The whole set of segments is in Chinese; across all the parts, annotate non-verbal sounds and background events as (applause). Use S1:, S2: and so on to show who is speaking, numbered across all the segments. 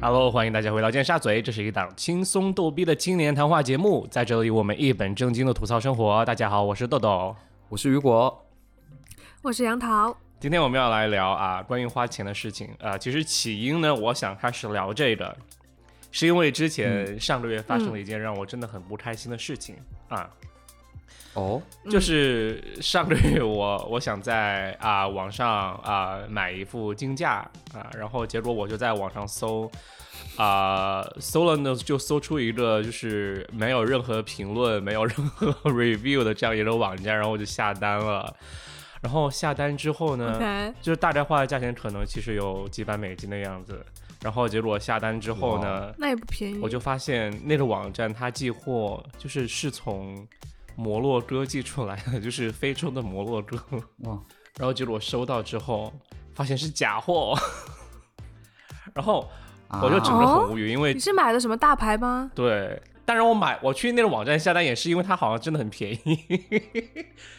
S1: Hello，欢迎大家回到尖沙咀，这是一档轻松逗逼的青年谈话节目，在这里我们一本正经的吐槽生活。大家好，我是豆豆，
S2: 我是雨果，
S3: 我是杨桃。
S1: 今天我们要来聊啊关于花钱的事情啊、呃其实起因呢，我想开始聊这个，是因为之前上个月发生了一件让我真的很不开心的事情、啊，
S2: 哦，
S1: 就是上个月我我想在啊、网上啊、买一副镜架啊、然后结果我就在网上搜啊、搜了呢就搜出一个就是没有任何评论、没有任何 (laughs) review 的这样一个网站，然后我就下单了。然后下单之后呢
S3: OK，
S1: 就是大概花的价钱可能其实有几百美金的样子。然后结果下单之后呢，
S3: 那也不便宜。
S1: 我就发现那个网站它寄货就是是从摩洛哥寄出来的，就是非洲的摩洛哥。
S2: 哇，
S1: 然后结果收到之后，发现是假货， (laughs) 然后我就整
S3: 啊
S1: 个很无语，因为
S3: 你是买的什么大牌吗？
S1: 对，但是我买我去那个网站下单也是因为它好像真的很便宜，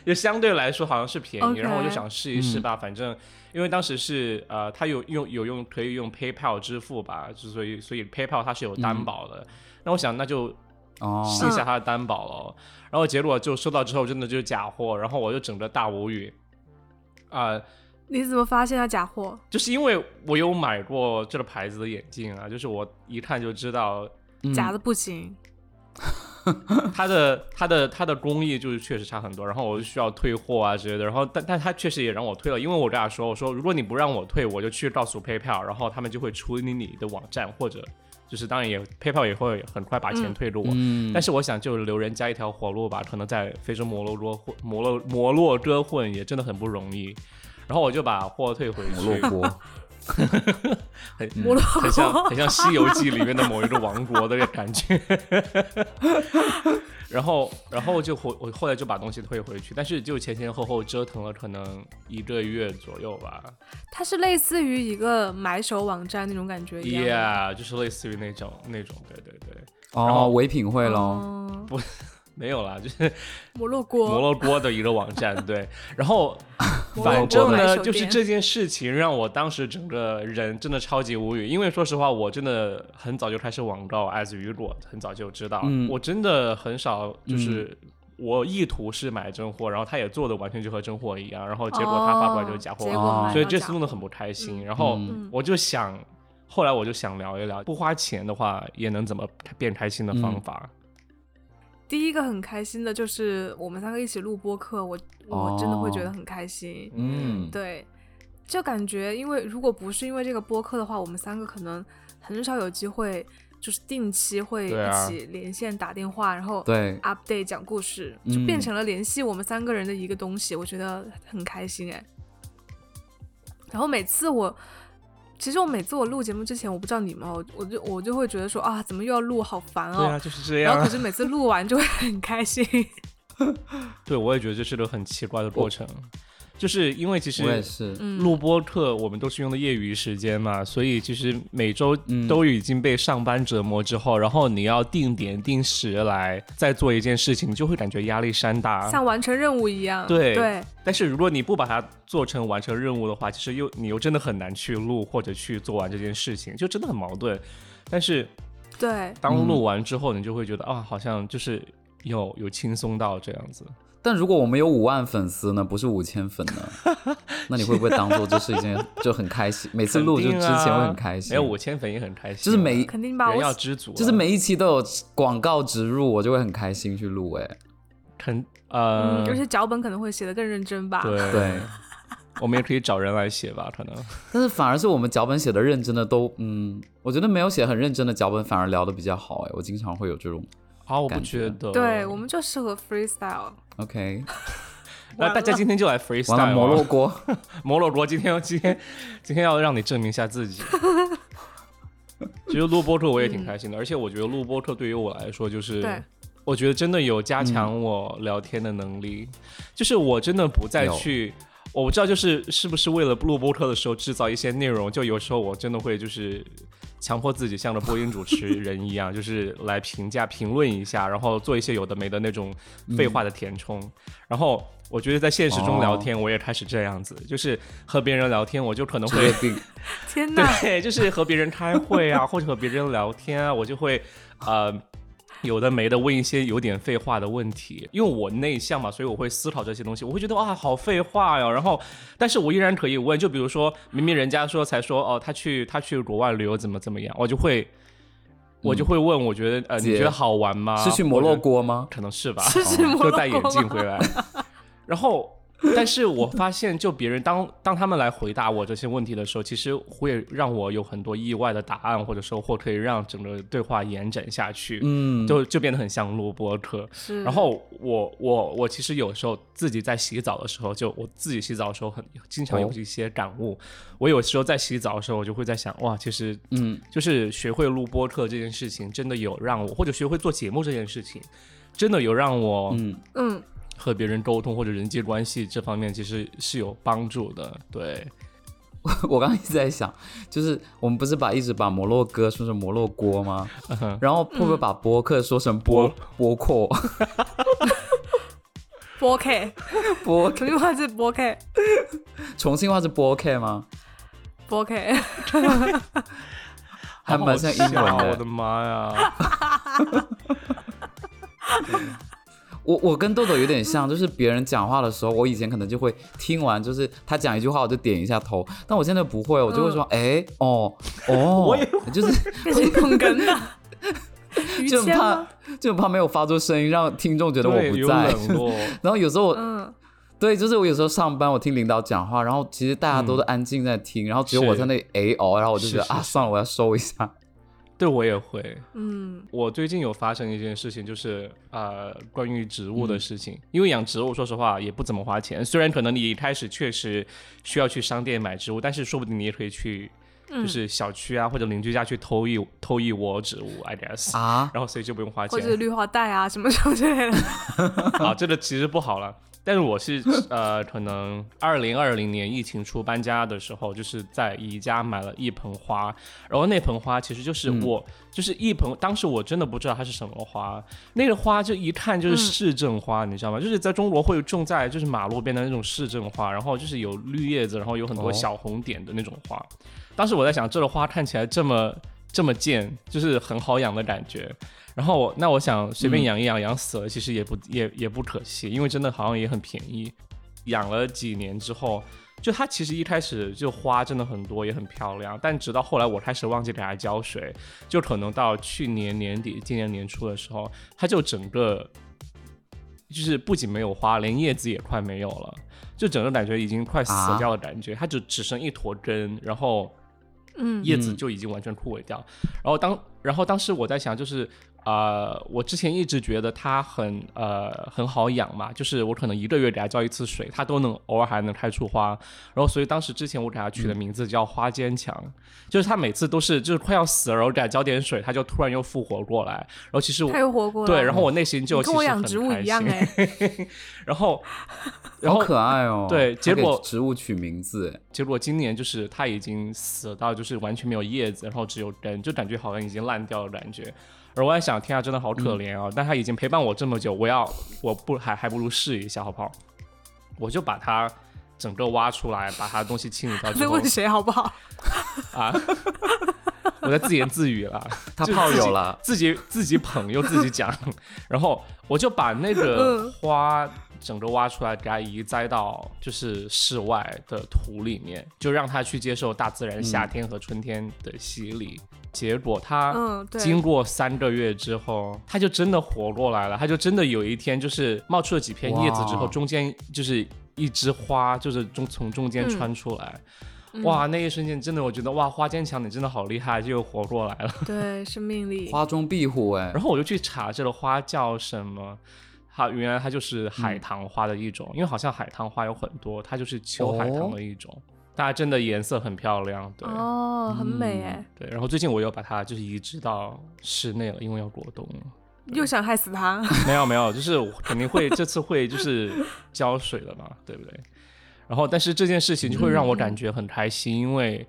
S1: 就相对来说好像是便宜。
S3: OK
S1: 然后我就想试一试吧，反正因为当时是呃，它有用有用可以用 PayPal 支付吧，就所以所以 PayPal 它是有担保的。那我想那就
S2: 哦，
S1: 试一下它的担保咯，然后结果就收到之后真的就是假货，然后我就整个大无语。啊、
S3: 你怎么发现它假货？
S1: 就是因为我有买过这个牌子的眼镜啊，就是我一看就知道
S2: 嗯
S3: 假的不行。
S1: 它的它的它的工艺就是确实差很多，然后我就需要退货啊之类的，然后但但它确实也让我退了，因为我跟他说，我说如果你不让我退，我就去告诉 PayPal，然后他们就会处理你的网站或者就是当然也 PayPal 也会很快把钱
S3: 嗯
S1: 退给我，
S2: 嗯
S1: 但是我想就留人家一条活路吧，可能在非洲摩洛哥混摩洛摩洛哥混也真的很不容易，然后我就把货退回
S2: 摩
S1: 去
S2: 洛， (laughs) 哥，
S1: 很
S3: 摩洛
S1: 嗯很像
S3: 哥，
S1: 很像《西游记》里面的某一个 (laughs) 王国的感觉。然后，然后就回我后来就把东西退回去，但是就前前后后折腾了可能一个月左右吧。
S3: 它是类似于一个买手网站那种感觉一样的。哦
S1: Yeah，就是类似于那种那种，对对对，然后
S2: 哦，唯品会喽，
S3: 嗯，
S1: 没有啦，就是 (laughs)
S3: 摩洛
S1: 摩
S3: 哥，
S1: 洛哥的一个网站，对。然后
S3: 摩洛
S1: 反
S3: 哥
S1: 正
S3: 买
S1: 呢，
S3: 手
S1: 就是
S3: 店
S1: 这件事情让我当时整个人真的超级无语，因为说实话，我真的很早就开始网购，as 雨果很早就知道，
S2: 嗯
S1: 我真的很少就
S3: 嗯
S1: 是。我意图是买真货，然后他也做的完全就和真货一样，然后结果他发过来就是假货，
S3: 哦结
S2: 果买到
S1: 所以这次
S3: 假
S1: 弄得
S3: 货
S1: 很不开心。
S3: 嗯
S1: 然后
S3: 嗯
S1: 我就想，后来我就想聊一聊，不花钱的话也能怎么变开心的
S3: 嗯
S1: 方法。
S3: 第一个很开心的就是我们三个一起录播客，我我真的会觉得很开心。
S2: 嗯，
S3: 对，就感觉因为如果不是因为这个播客的话，我们三个可能很少有机会，就是定期会
S1: 对啊
S3: 一起连线打电话，然后
S2: 对
S3: update 讲故事，啊就变
S2: 嗯
S3: 成了联系我们三个人的一个东西，我觉得很开心哎。然后每次我，其实我每次我录节目之前，我不知道你们哦，我就我就会觉得说啊，怎么又要录，好烦
S1: 对
S3: 哦。
S1: 啊，就是这
S3: 然后
S1: 样
S3: 可。是每次录完就会很开心，
S1: 对，我也觉得这是个很奇怪的过程，就是因为其实
S2: 我也是，
S3: 嗯，
S1: 录播课我们都是用的业余时间嘛，所以其实每周
S2: 嗯
S1: 都已经被上班折磨之后，然后你要定点定时来再做一件事情，你就会感觉压力山大。
S3: 像完成任务一样。
S1: 啊对
S3: 对，
S1: 但是如果你不把它做成完成任务的话，其实又你又真的很难去录或者去做完这件事情，就真的很矛盾。但是
S3: 对，
S1: 当
S2: 嗯
S1: 录完之后，你就会觉得、啊，好像就是有有轻松到这样子。
S2: 但如果我们有五万粉丝呢，不是五千粉
S1: (laughs)
S2: 呢，那你会不会当做这是一件就很开心？每次录就
S1: 肯
S2: 之
S1: 定啊
S2: 前会很开心
S1: 没有，五千粉也很开心啊，
S2: 就是每
S3: 肯定吧。
S1: 人
S3: 我
S1: 要知足啊、
S2: 就是每一期都有广告植入，我就会很开心去录，哎，
S1: 肯
S3: 嗯
S1: 呃，，
S3: 而且脚本可能会写的更认真吧。
S1: 对
S2: 对，。
S1: 我们也可以找人来写吧，可能。
S2: 但是反而是我们脚本写的认真的都，嗯，我觉得没有写很认真的脚本反而聊的比较好，哎，我经常会有这种
S1: 啊，我不
S2: 感
S1: 觉
S2: 觉
S1: 得。
S3: 对，我们就适合 freestyle。
S2: ，OK，
S1: 那大家今天就来
S2: 完
S1: freestyle
S2: 了
S1: 啊
S2: 摩洛哥，
S1: 摩洛哥，今天要今天今天要让你证明一下 (laughs) 自己。其实录播课我也挺开心的，而且我觉得录播课对于我来说就是
S3: 对，
S1: 我觉得真的有加强我聊天的能力，就是我真的不再
S2: 有
S1: 去。我不知道，就是是不是为了录播课的时候制造一些内容，就有时候我真的会就是强迫自己像个播音主持人一样，就是来评价、评论一下，然后做一些有的没的那种废话的填充。然后我觉得在现实中聊天，我也开始这样子，就是和别人聊天，我就可能
S2: 职
S1: (laughs) 会
S2: 业病，
S3: 天哪，
S1: 对， (laughs) 就是和别人开会啊，或者和别人聊天啊，我就会呃有的没的问一些有点废话的问题，因为我内向嘛，所以我会思考这些东西，我会觉得哇，好废话哟、然后，但是我依然可以问，就比如说明明人家说才说哦，他去他去国外旅游怎么怎么样，我就会。我就会问，我觉得呃，你
S2: 嗯姐
S1: 觉得好玩吗？
S2: 是去摩洛
S1: 或者
S2: 哥吗？ (laughs)
S1: 可能是吧，哦
S3: 是去摩
S1: 就
S3: 洛
S1: 戴眼
S3: 哥
S1: 镜
S3: 吗
S1: 回来。然后，但是我发现，就别人当当他们来回答我这些问题的时候，其实会让我有很多意外的答案或者收获，可以让整个对话延展下去，
S2: 嗯，
S1: 就就变得很像录播课。
S3: 是
S1: 然后我我我其实有时候自己在洗澡的时候，就我自己洗澡的时候很经常有
S2: 哦
S1: 一些感悟。我有时候在洗澡的时候，我就会在想，哇，其实
S2: 嗯，
S1: 就是学会录播课这件事情，真的有让我，或者学会做节目这件事情，真的有让我
S2: 嗯，
S3: 嗯，
S1: 和别人沟通或者人际关系这方面其实是有帮助的。对，
S2: 我刚刚一直在想，就是我们不是把一直把摩洛哥说成摩洛锅吗？
S1: 嗯
S2: 然后会不会把播客说成播播客？ (laughs)
S3: 播 K， (laughs)
S2: 播
S3: 重庆话是播 K，
S2: 重庆话是播客吗？
S3: 播 K， (laughs)
S2: 还蛮像英
S1: 好好 (laughs)
S2: 文
S1: 笑我
S2: 的
S1: 的。妈
S2: (laughs)
S1: 呀！
S2: 我我跟豆豆有点像，就是别人讲话的时候，我以前可能就会听完，就是他讲一句话，我就点一下头，但我现在不会，我就会说，哎、哦，哦
S1: 嗯我也，
S2: 就是 (laughs)
S3: 这
S1: (laughs)
S3: 是捧哏的，于
S2: 就很
S3: 谦
S2: 怕
S3: 吗？，
S2: 就很怕没有发出声音，让听众觉得我
S1: 对，
S2: 不
S1: 有
S2: 在。
S1: 冷
S2: (laughs)
S1: 落。
S2: 然后有时候我，
S3: 嗯，
S2: 对，就是我有时候上班，我听领导讲话，然后其实大家都在安静在听，然后只有
S1: 嗯是
S2: 我在那里哎哦，然后我就觉得
S1: 是是
S2: 啊，
S1: 是
S2: 算了，我要收一下。
S1: (laughs) 对我也会。
S3: 嗯，
S1: 我最近有发生一件事情，就是呃，关于植物的事情。因为养植物，说实话也不怎么花钱。虽然可能你一开始确实需要去商店买植物，但是说不定你也可以去，
S3: 嗯
S1: 就是小区啊、或者邻居家去偷一偷一窝植物，I guess。
S2: 啊，
S1: 然后所以就不用花
S3: 或
S1: 钱
S3: 者是绿化带啊什么什么之类的，
S1: 啊，这个其实不好了。但是我是呃，可能二零二零年疫情初搬家的时候，就是在宜家买了一盆花，然后那盆花其实就是我、就是一盆，当时我真的不知道它是什么花，那个花就一看就是市政花，你知道吗？就是在中国会种在就是马路边的那种市政花，然后就是有绿叶子，然后有很多
S2: 哦
S1: 小红点的那种花。当时我在想，这个花看起来这么这么贱，就是很好养的感觉。然后我那我想随便养一养，养死了其实也不也也不可惜，因为真的好像也很便宜。养了几年之后，就它其实一开始就花真的很多，也很漂亮，但直到后来我开始忘记给它浇水，就可能到去年年底、今年年初的时候，它就整个就是不仅没有花，连叶子也快没有了，就整个感觉已经快死
S2: 啊
S1: 掉的感觉，它就只剩一坨根，然后
S3: 嗯
S1: 叶子就已经完全枯萎掉。然后当然后当时我在想，就是呃，我之前一直觉得它很呃很好养嘛，就是我可能一个月给它浇一次水，它都能偶尔还能开出花。然后所以当时之前我给它取的名字叫花坚强，就是它每次都是就是快要死了，然后给它浇点水，它就突然又复活过来。然后其 (laughs) 实我
S3: 它又活过来了，
S1: 对，然后我内心就
S3: 你
S1: 其
S3: 跟
S1: 实
S3: 我
S1: 很
S3: 养植物
S1: 开
S3: 一样
S1: 心 (laughs)
S3: 哎，
S1: 然后然后
S2: 好可爱哦。
S1: 对
S2: 还
S1: 结
S2: 给
S1: 果
S2: 植物取名字，哎
S1: 结果今年就是它已经死到就是完全没有叶子，然后只有根，就感觉好像已经烂掉的感觉。而我在想，天啊，真的好可怜啊！但它已经陪伴我这么久，我要我不还还不如试一下，好不好？我就把它整个挖出来，把它东西清理掉
S3: (laughs)
S1: 之
S3: 在
S1: 后
S3: 问谁好不好？
S1: (laughs) 啊， (laughs) 我在自言自语了。
S2: 他
S1: 就
S2: 泡
S1: 自己
S2: 友了。
S1: 自己自己捧又自己
S3: (laughs)
S1: 讲，然后我就把那个
S3: 嗯
S1: 花整个挖出来，给它移栽到就是室外的土里面，就让它去接受大自然
S3: 嗯
S1: 夏天和春天的洗礼。结果它
S3: 嗯，对，
S1: 经过三个月之后，它就真的活过来了，它就真的有一天就是冒出了几片叶子之后，
S2: 哇
S1: 中间就是一枝花，就是中从中间
S3: 嗯
S1: 穿出来。哇，那一瞬间真的，我觉得哇，花坚强，你真的好厉害，就又活过来了。
S3: 对，生命力，
S2: 花中壁虎哎
S1: 然，后我就去查这个花叫什么，它原来它就是海棠花的一种，因为好像海棠花有很多，它就是秋海棠的一种。但它真的颜色很漂亮，对、嗯
S3: 哦，很美哎，
S1: 对。然后最近我又把它就是移植到室内了，因为要果冻了。
S3: 又想害死它，
S1: 没有没有，就是我肯定会这次会就是浇水的嘛， (laughs) 对不对？然后，但是这件事情就会让我感觉很开心，因为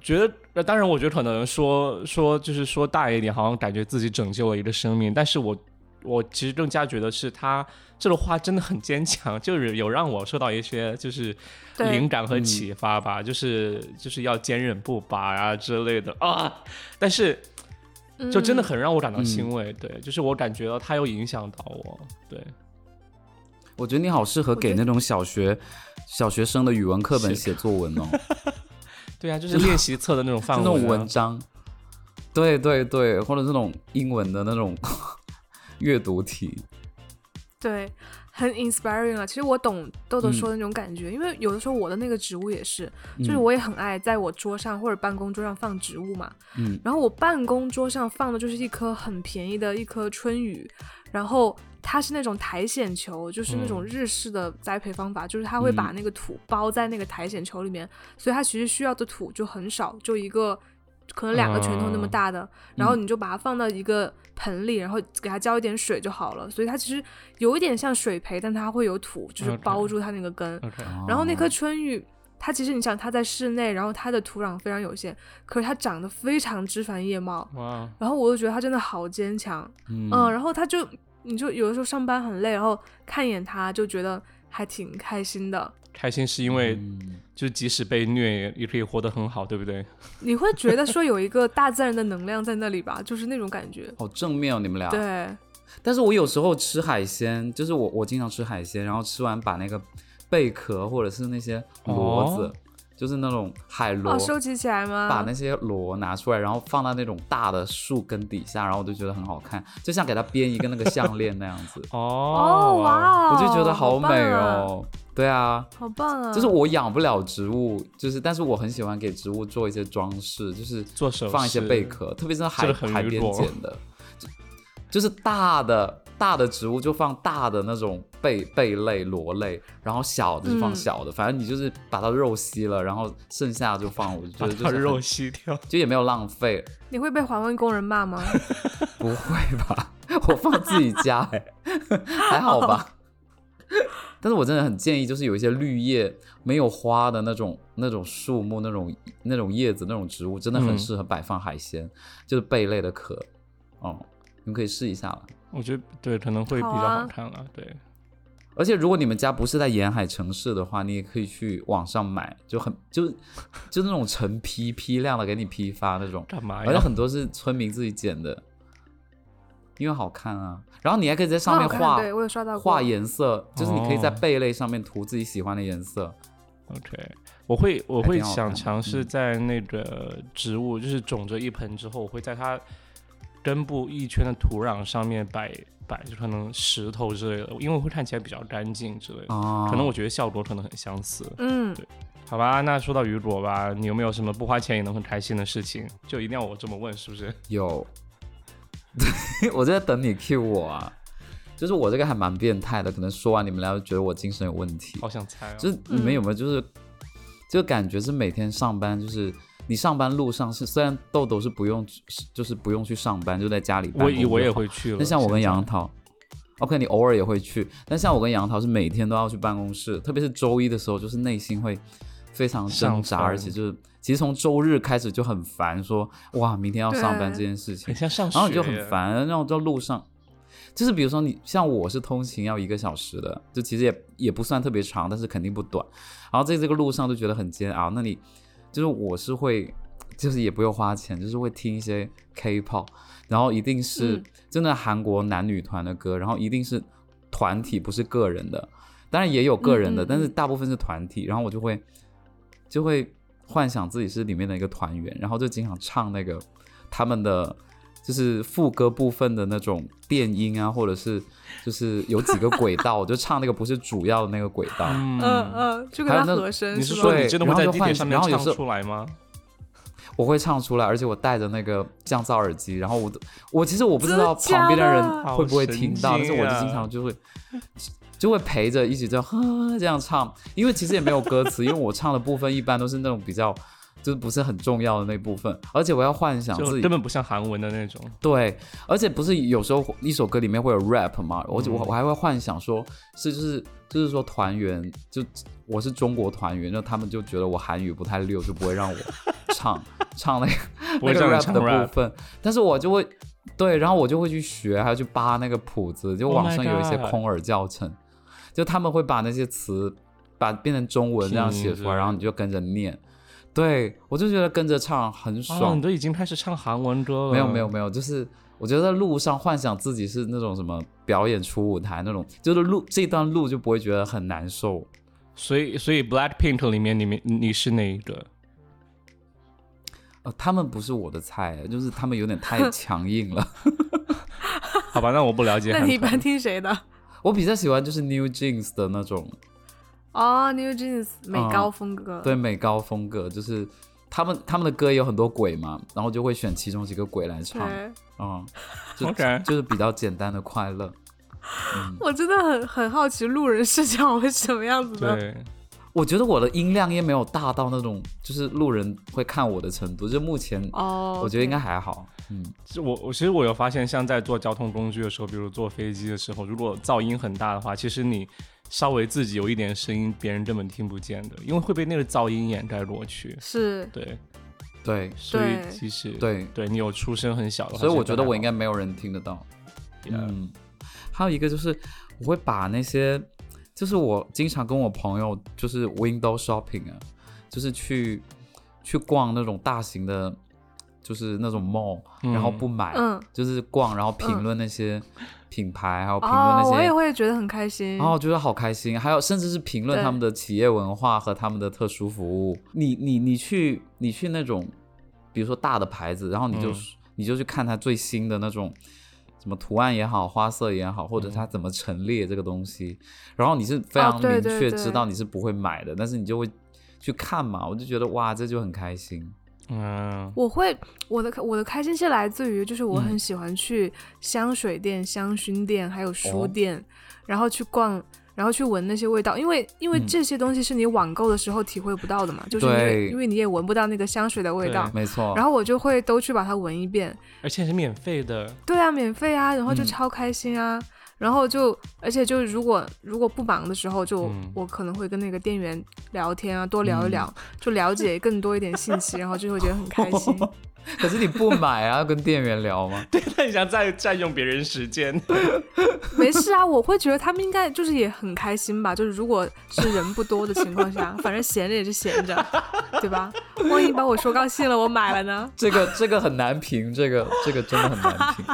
S1: 觉得，呃当然，我觉得可能说说就是说大一点，好像感觉自己拯救了一个生命，但是我我其实更加觉得是他这个话真的很坚强，就是有让我受到一些就是
S3: 对
S1: (laughs) 灵感和启发吧，就是就是要坚韧不拔啊之类的啊，但是就
S3: 嗯
S1: 真的很让我感到欣慰，对，就是我感觉到他有影响到我，对，
S2: 我觉得你好适合
S3: 我觉
S2: 给
S3: 得
S2: 那种小学小学生的语文课本
S1: 是
S2: 写作文
S1: (laughs)
S2: 哦，
S1: 对啊，就是练习册的那种
S2: 就
S1: 范啊
S2: 那
S1: 围、
S2: 种文章，对对对，或者那种英文的那种 (laughs) 阅读题，
S3: 对，很 inspiring 啊。其实我懂豆豆
S2: 嗯
S3: 说的那种感觉，因为有的时候我的那个植物也是，就是
S2: 嗯
S3: 我也很爱在我桌上或者办公桌上放植物嘛。
S2: 嗯
S3: 然后我办公桌上放的就是一颗很便宜的一颗春雨，然后它是那种苔藓球，就是那种
S1: 嗯
S3: 日式的栽培方法，就是它会把
S2: 哦嗯
S3: 那个土包在那个苔藓球里面，所以它其实需要的土就很少，就一个。可能两个拳头那么
S2: 哦
S1: 啊
S3: 大的，然
S2: 嗯
S3: 后你就把它放到一个盆里，然后给它浇一点水就好了。所以它其实有一点像水培，但它会有土，就是
S1: OK
S3: 包住它那个根。
S1: ，OK，
S3: 然后那棵
S2: 哦
S3: 春雨，它其实你想它在室内，然后它的土壤非常有限，可是它长得非常枝繁叶茂。
S1: 哇，
S3: 然后我就觉得它真的好坚强，
S2: 嗯
S3: 嗯，然后它就你就有的时候上班很嗯累，然后看一眼它就觉得还挺开心的。
S1: 开心是因为
S2: 嗯
S1: 就即使被虐也也可以活得很好，对不对？
S3: 你会觉得说有一个大自然的能量在那里吧，就是那种感觉。
S2: 好正面哦，你们俩。
S3: 对，
S2: 但是我有时候吃海鲜，就是我我经常吃海鲜，然后吃完把那个贝壳或者是那些螺子，
S1: 哦，
S2: 就是那种海螺，
S3: 哦，收集起来吗？
S2: 把那些螺拿出来，然后放到那种大的树根底下，然后我就觉得很好看，就像给它编一个那个项链那样
S3: (laughs)
S2: 子
S1: 哦，
S3: 哦，
S1: 哦，
S3: 哇哦，
S2: 我就觉得
S3: 好
S2: 美
S3: 棒啊，
S2: 哦。对啊，
S3: 好棒啊！
S2: 就是我养不了植物，就是但是我很喜欢给植物做一些装饰，就是
S1: 做首饰
S2: 放一些贝壳，特别是在海
S1: 这个很
S2: 海
S1: 愚
S2: 边
S1: 拙
S2: 捡的，就就是大的大的植物就放大的那种贝贝类、螺类，然后小的就放
S3: 嗯
S2: 小的，反正你就是把它肉吸了，然后剩下就放，我就觉
S1: 把
S2: 得就
S1: 它
S2: 是
S1: 肉
S2: 很
S1: 吸掉。
S2: 就也没有浪费，
S3: 你会被环卫工人骂吗？
S2: 不会吧？ (laughs) 我放自己家、欸，还好吧？但是我真的很建议，就是有一些绿叶没有花的那种、那种树木、那种、那种叶子、那种植物，真的很
S1: 嗯
S2: 适合摆放海鲜，就是贝类的壳。哦、你们可以试一下了。
S1: 我觉得对，可能会比较
S3: 好啊
S1: 好看了。对，
S2: 而且如果你们家不是在沿海城市的话，你也可以去网上买，就很就就那种成批批量的给你批发那种。
S1: 干嘛
S2: 而且
S1: 哎呀？
S2: 很多是村民自己剪的，因为好看啊。然后你还可以在 (laughs) 上面
S3: 很好
S2: 画
S3: 看对 (laughs) 我有刷到过
S2: 画颜色，就是你可以在
S1: 哦
S2: 贝类上面涂自己喜欢的颜色。
S1: OK，我会我会
S2: 还挺好看
S1: 想
S2: 的
S1: 尝试
S2: 嗯
S1: 在那个植物，就是种着一盆之后，我会在它根部一圈的土壤上面摆摆，就可能石头之类的，因为会看起来比较干净之类的。
S2: 哦，
S1: 可能我觉得效果可能很相似。
S3: 嗯，
S1: 好吧，那说到雨果吧，你有没有什么不花钱也能很开心的事情？就一定要我这么问是不是？
S2: 有， (laughs) 对，我就在等你 cue 我啊。就是我这个还蛮变态的，可能说完你们俩就觉得我精神有问题。
S1: 好想猜哦。
S2: 就是你们有没有就是，就感觉是每天上班就是。你上班路上是虽然豆豆是不用，就是不用去上班，就在家里办
S1: 我
S2: 公
S1: 以
S2: 就
S1: 我也
S2: 好
S1: 会去了。
S2: 那像我跟
S1: 现在
S2: 杨桃，OK，你偶尔也会去，但像我跟杨桃是每天都要去办公室，特别是周一的时候，就是内心会非常挣
S1: 上
S2: 扎，
S1: 头
S2: 而且就是其实从周日开始就很烦，说哇，明天要上班这
S3: 对
S2: 件事情
S1: 很，像上学，
S2: 然后你就很。烦，然后在路上。就是比如说你像我是通勤要一个小时的，就其实也也不算特别长，但是肯定不短。然后在这个路上就觉得很煎熬。那你就是我是会，就是也不用花钱，就是会听一些 K-pop，然后一定是
S3: 嗯
S2: 真的韩国男女团的歌，然后一定是团体，不是个人的。当然也有个人的，
S3: 嗯嗯
S2: 但是
S3: 嗯
S2: 大部分是团体。然后我就会就会幻想自己是里面的一个团员，然后就经常唱那个他们的就是副歌部分的那种电音啊，或者是就是有几个轨道，我 (laughs) 就唱那个不是主要的那个轨道。
S1: 嗯
S3: 嗯嗯，就给
S2: 还有
S3: 它
S2: 那
S3: 合身
S1: 你
S3: 是
S1: 是
S3: 吗？
S1: 说
S2: 对
S1: 你真的
S2: 然
S1: 会在
S2: 后就
S1: 地
S2: 换
S1: 铁上面
S2: 然后有
S1: 唱
S2: 时候
S1: 出来吗？
S2: 我会唱出来，而且我戴着那个降噪耳机，然后我都我其实我不知道
S3: 真的假
S2: 旁
S3: 的
S2: 边的人会不会听到，
S1: 好
S2: 但
S1: 神
S2: 是
S1: 经啊
S2: 我就经常就会 (laughs) 就会陪着一起就呵这样唱，因为其实也没有歌词，因为我唱的部分一般都是那种比较就是不是很重要的那部分，而且我要幻想
S1: 就
S2: 自己
S1: 根本不像韩文的那种。
S2: 对，而且不是有时候一首歌里面会有 rap 嘛，我
S1: 嗯
S2: 就我我还会幻想说，是就是就是说团员，就我是中国团员，那他们就觉得我韩语不太溜，就不会让我
S1: (laughs)
S2: 唱唱那个
S1: 不会
S2: 那
S1: 唱
S2: 个 rap
S1: 唱
S2: 的
S1: rap
S2: 部分，但是我就会对，然后我就会去学，还要去扒那个谱子，就
S1: Oh
S2: 网
S1: my
S2: 上有一些
S1: God
S2: 空耳教程就他们会把那些词把变成中文这样
S1: 拼
S2: 写出
S1: 着
S2: 来，然后你就跟着念。对我就觉得跟着唱很
S1: 啊，
S2: 爽
S1: 你，都已经开始唱韩文歌了？
S3: 嗯
S2: 没有没有没有，就是我觉得在路上幻想自己是那种什么表演出舞台那种，就是路这段路就不会觉得很难受。
S1: 所以所以 Blackpink 里面你们你是哪一个？
S2: 呃，他们不是我的菜，就是他们有点太强硬
S3: (laughs)
S2: 了。
S1: 好吧，那我不了解
S3: 那
S1: 韩团。
S3: 你一般听谁的？
S2: 我比较喜欢就是 New Jeans 的那种，
S3: 哦、n e w Jeans 美
S2: 嗯
S3: 高风格。
S2: 对美高风格，就是他们他们的歌有很多鬼嘛，然后就会选其中几个鬼来唱，
S3: 对
S2: 嗯，就
S1: OK
S2: 就是比较简单的快乐。
S3: 我真的很很好奇路人视角会是什么样子的。
S1: 对，
S2: 我觉得我的音量也没有大到那种就是路人会看我的程度，就目前
S3: 哦，
S2: 我觉得应该
S3: OK
S2: 还好，嗯，
S1: 其实我我其实我有发现，像在坐交通工具的时候，比如坐飞机的时候，如果噪音很大的话，其实你稍微自己有一点声音，别人根本听不见的，因为会被那个噪音掩盖过去。
S3: 是
S1: 对，
S2: 对
S1: 所以
S3: 对
S1: 其实
S2: 对，
S1: 对你有出声很小的话，
S2: 所以我
S1: 其实都
S2: 觉得
S1: 还
S2: 我应
S1: 好
S2: 该没有人听得到。
S1: Yeah
S2: 嗯，还有一个就是我会把那些，就是我经常跟我朋友就是 window shopping 啊，就是去去逛那种大型的，就是那种 mall，、
S1: 嗯
S2: 然后不买，
S3: 嗯
S2: 就是逛，然后评
S3: 嗯
S2: 论那些品牌，还有评论那
S3: 哦，我
S2: 些哦
S3: 也。会觉得很开心。
S2: 然后我觉得好开心，还有甚至是评论
S3: 嗯对
S2: 他们的企业文化和他们的特殊服务。你你你去你去那种，比如说大的牌子，然后你就、
S1: 嗯
S2: 你就去看它最新的那种什么图案也好，花色也好，或者它怎么陈列这个东西，然后你是非
S3: 哦
S2: 常
S3: 对
S2: 明
S3: 对
S2: 确
S3: 对
S2: 知道你是不会买的，但是你就会去看嘛，我就觉得哇，这就很开心。
S1: 嗯，
S3: 我会我的我的开心是来自于，就是
S2: 嗯
S3: 我很喜欢去香水店、香薰店，还有书
S2: 哦
S3: 店，然后去逛，然后去闻那些味道，因为因为
S2: 嗯
S3: 这些东西是你网购的时候体会不到的嘛，就是
S2: 对
S3: 你因为你也闻不到那个香水的味道，
S2: 没错，
S3: 然
S2: 后
S3: 后我就会都去把它闻一遍。
S1: 而且是免费的， (laughs)
S3: 对啊，免费啊，然后就
S2: 嗯
S3: 超开心啊。然后就，而且就如果如果不忙的时候就，
S1: 嗯
S3: 我可能会跟那个店员聊天啊，多聊一聊，就了解更多一点信息，然后就会觉得很开心。
S2: 可是你不买啊，要 (laughs) 跟店员聊吗？
S1: 那你想再占用别人时间？
S3: 没事啊，我会觉得他们应该就是也很开心吧。就是如果是人不多的情况下，反正闲着也是闲着，对吧？万一把我说高兴了，我买了呢？
S2: 这个这个很难评，这个这个真的很难
S3: (laughs)
S2: 评。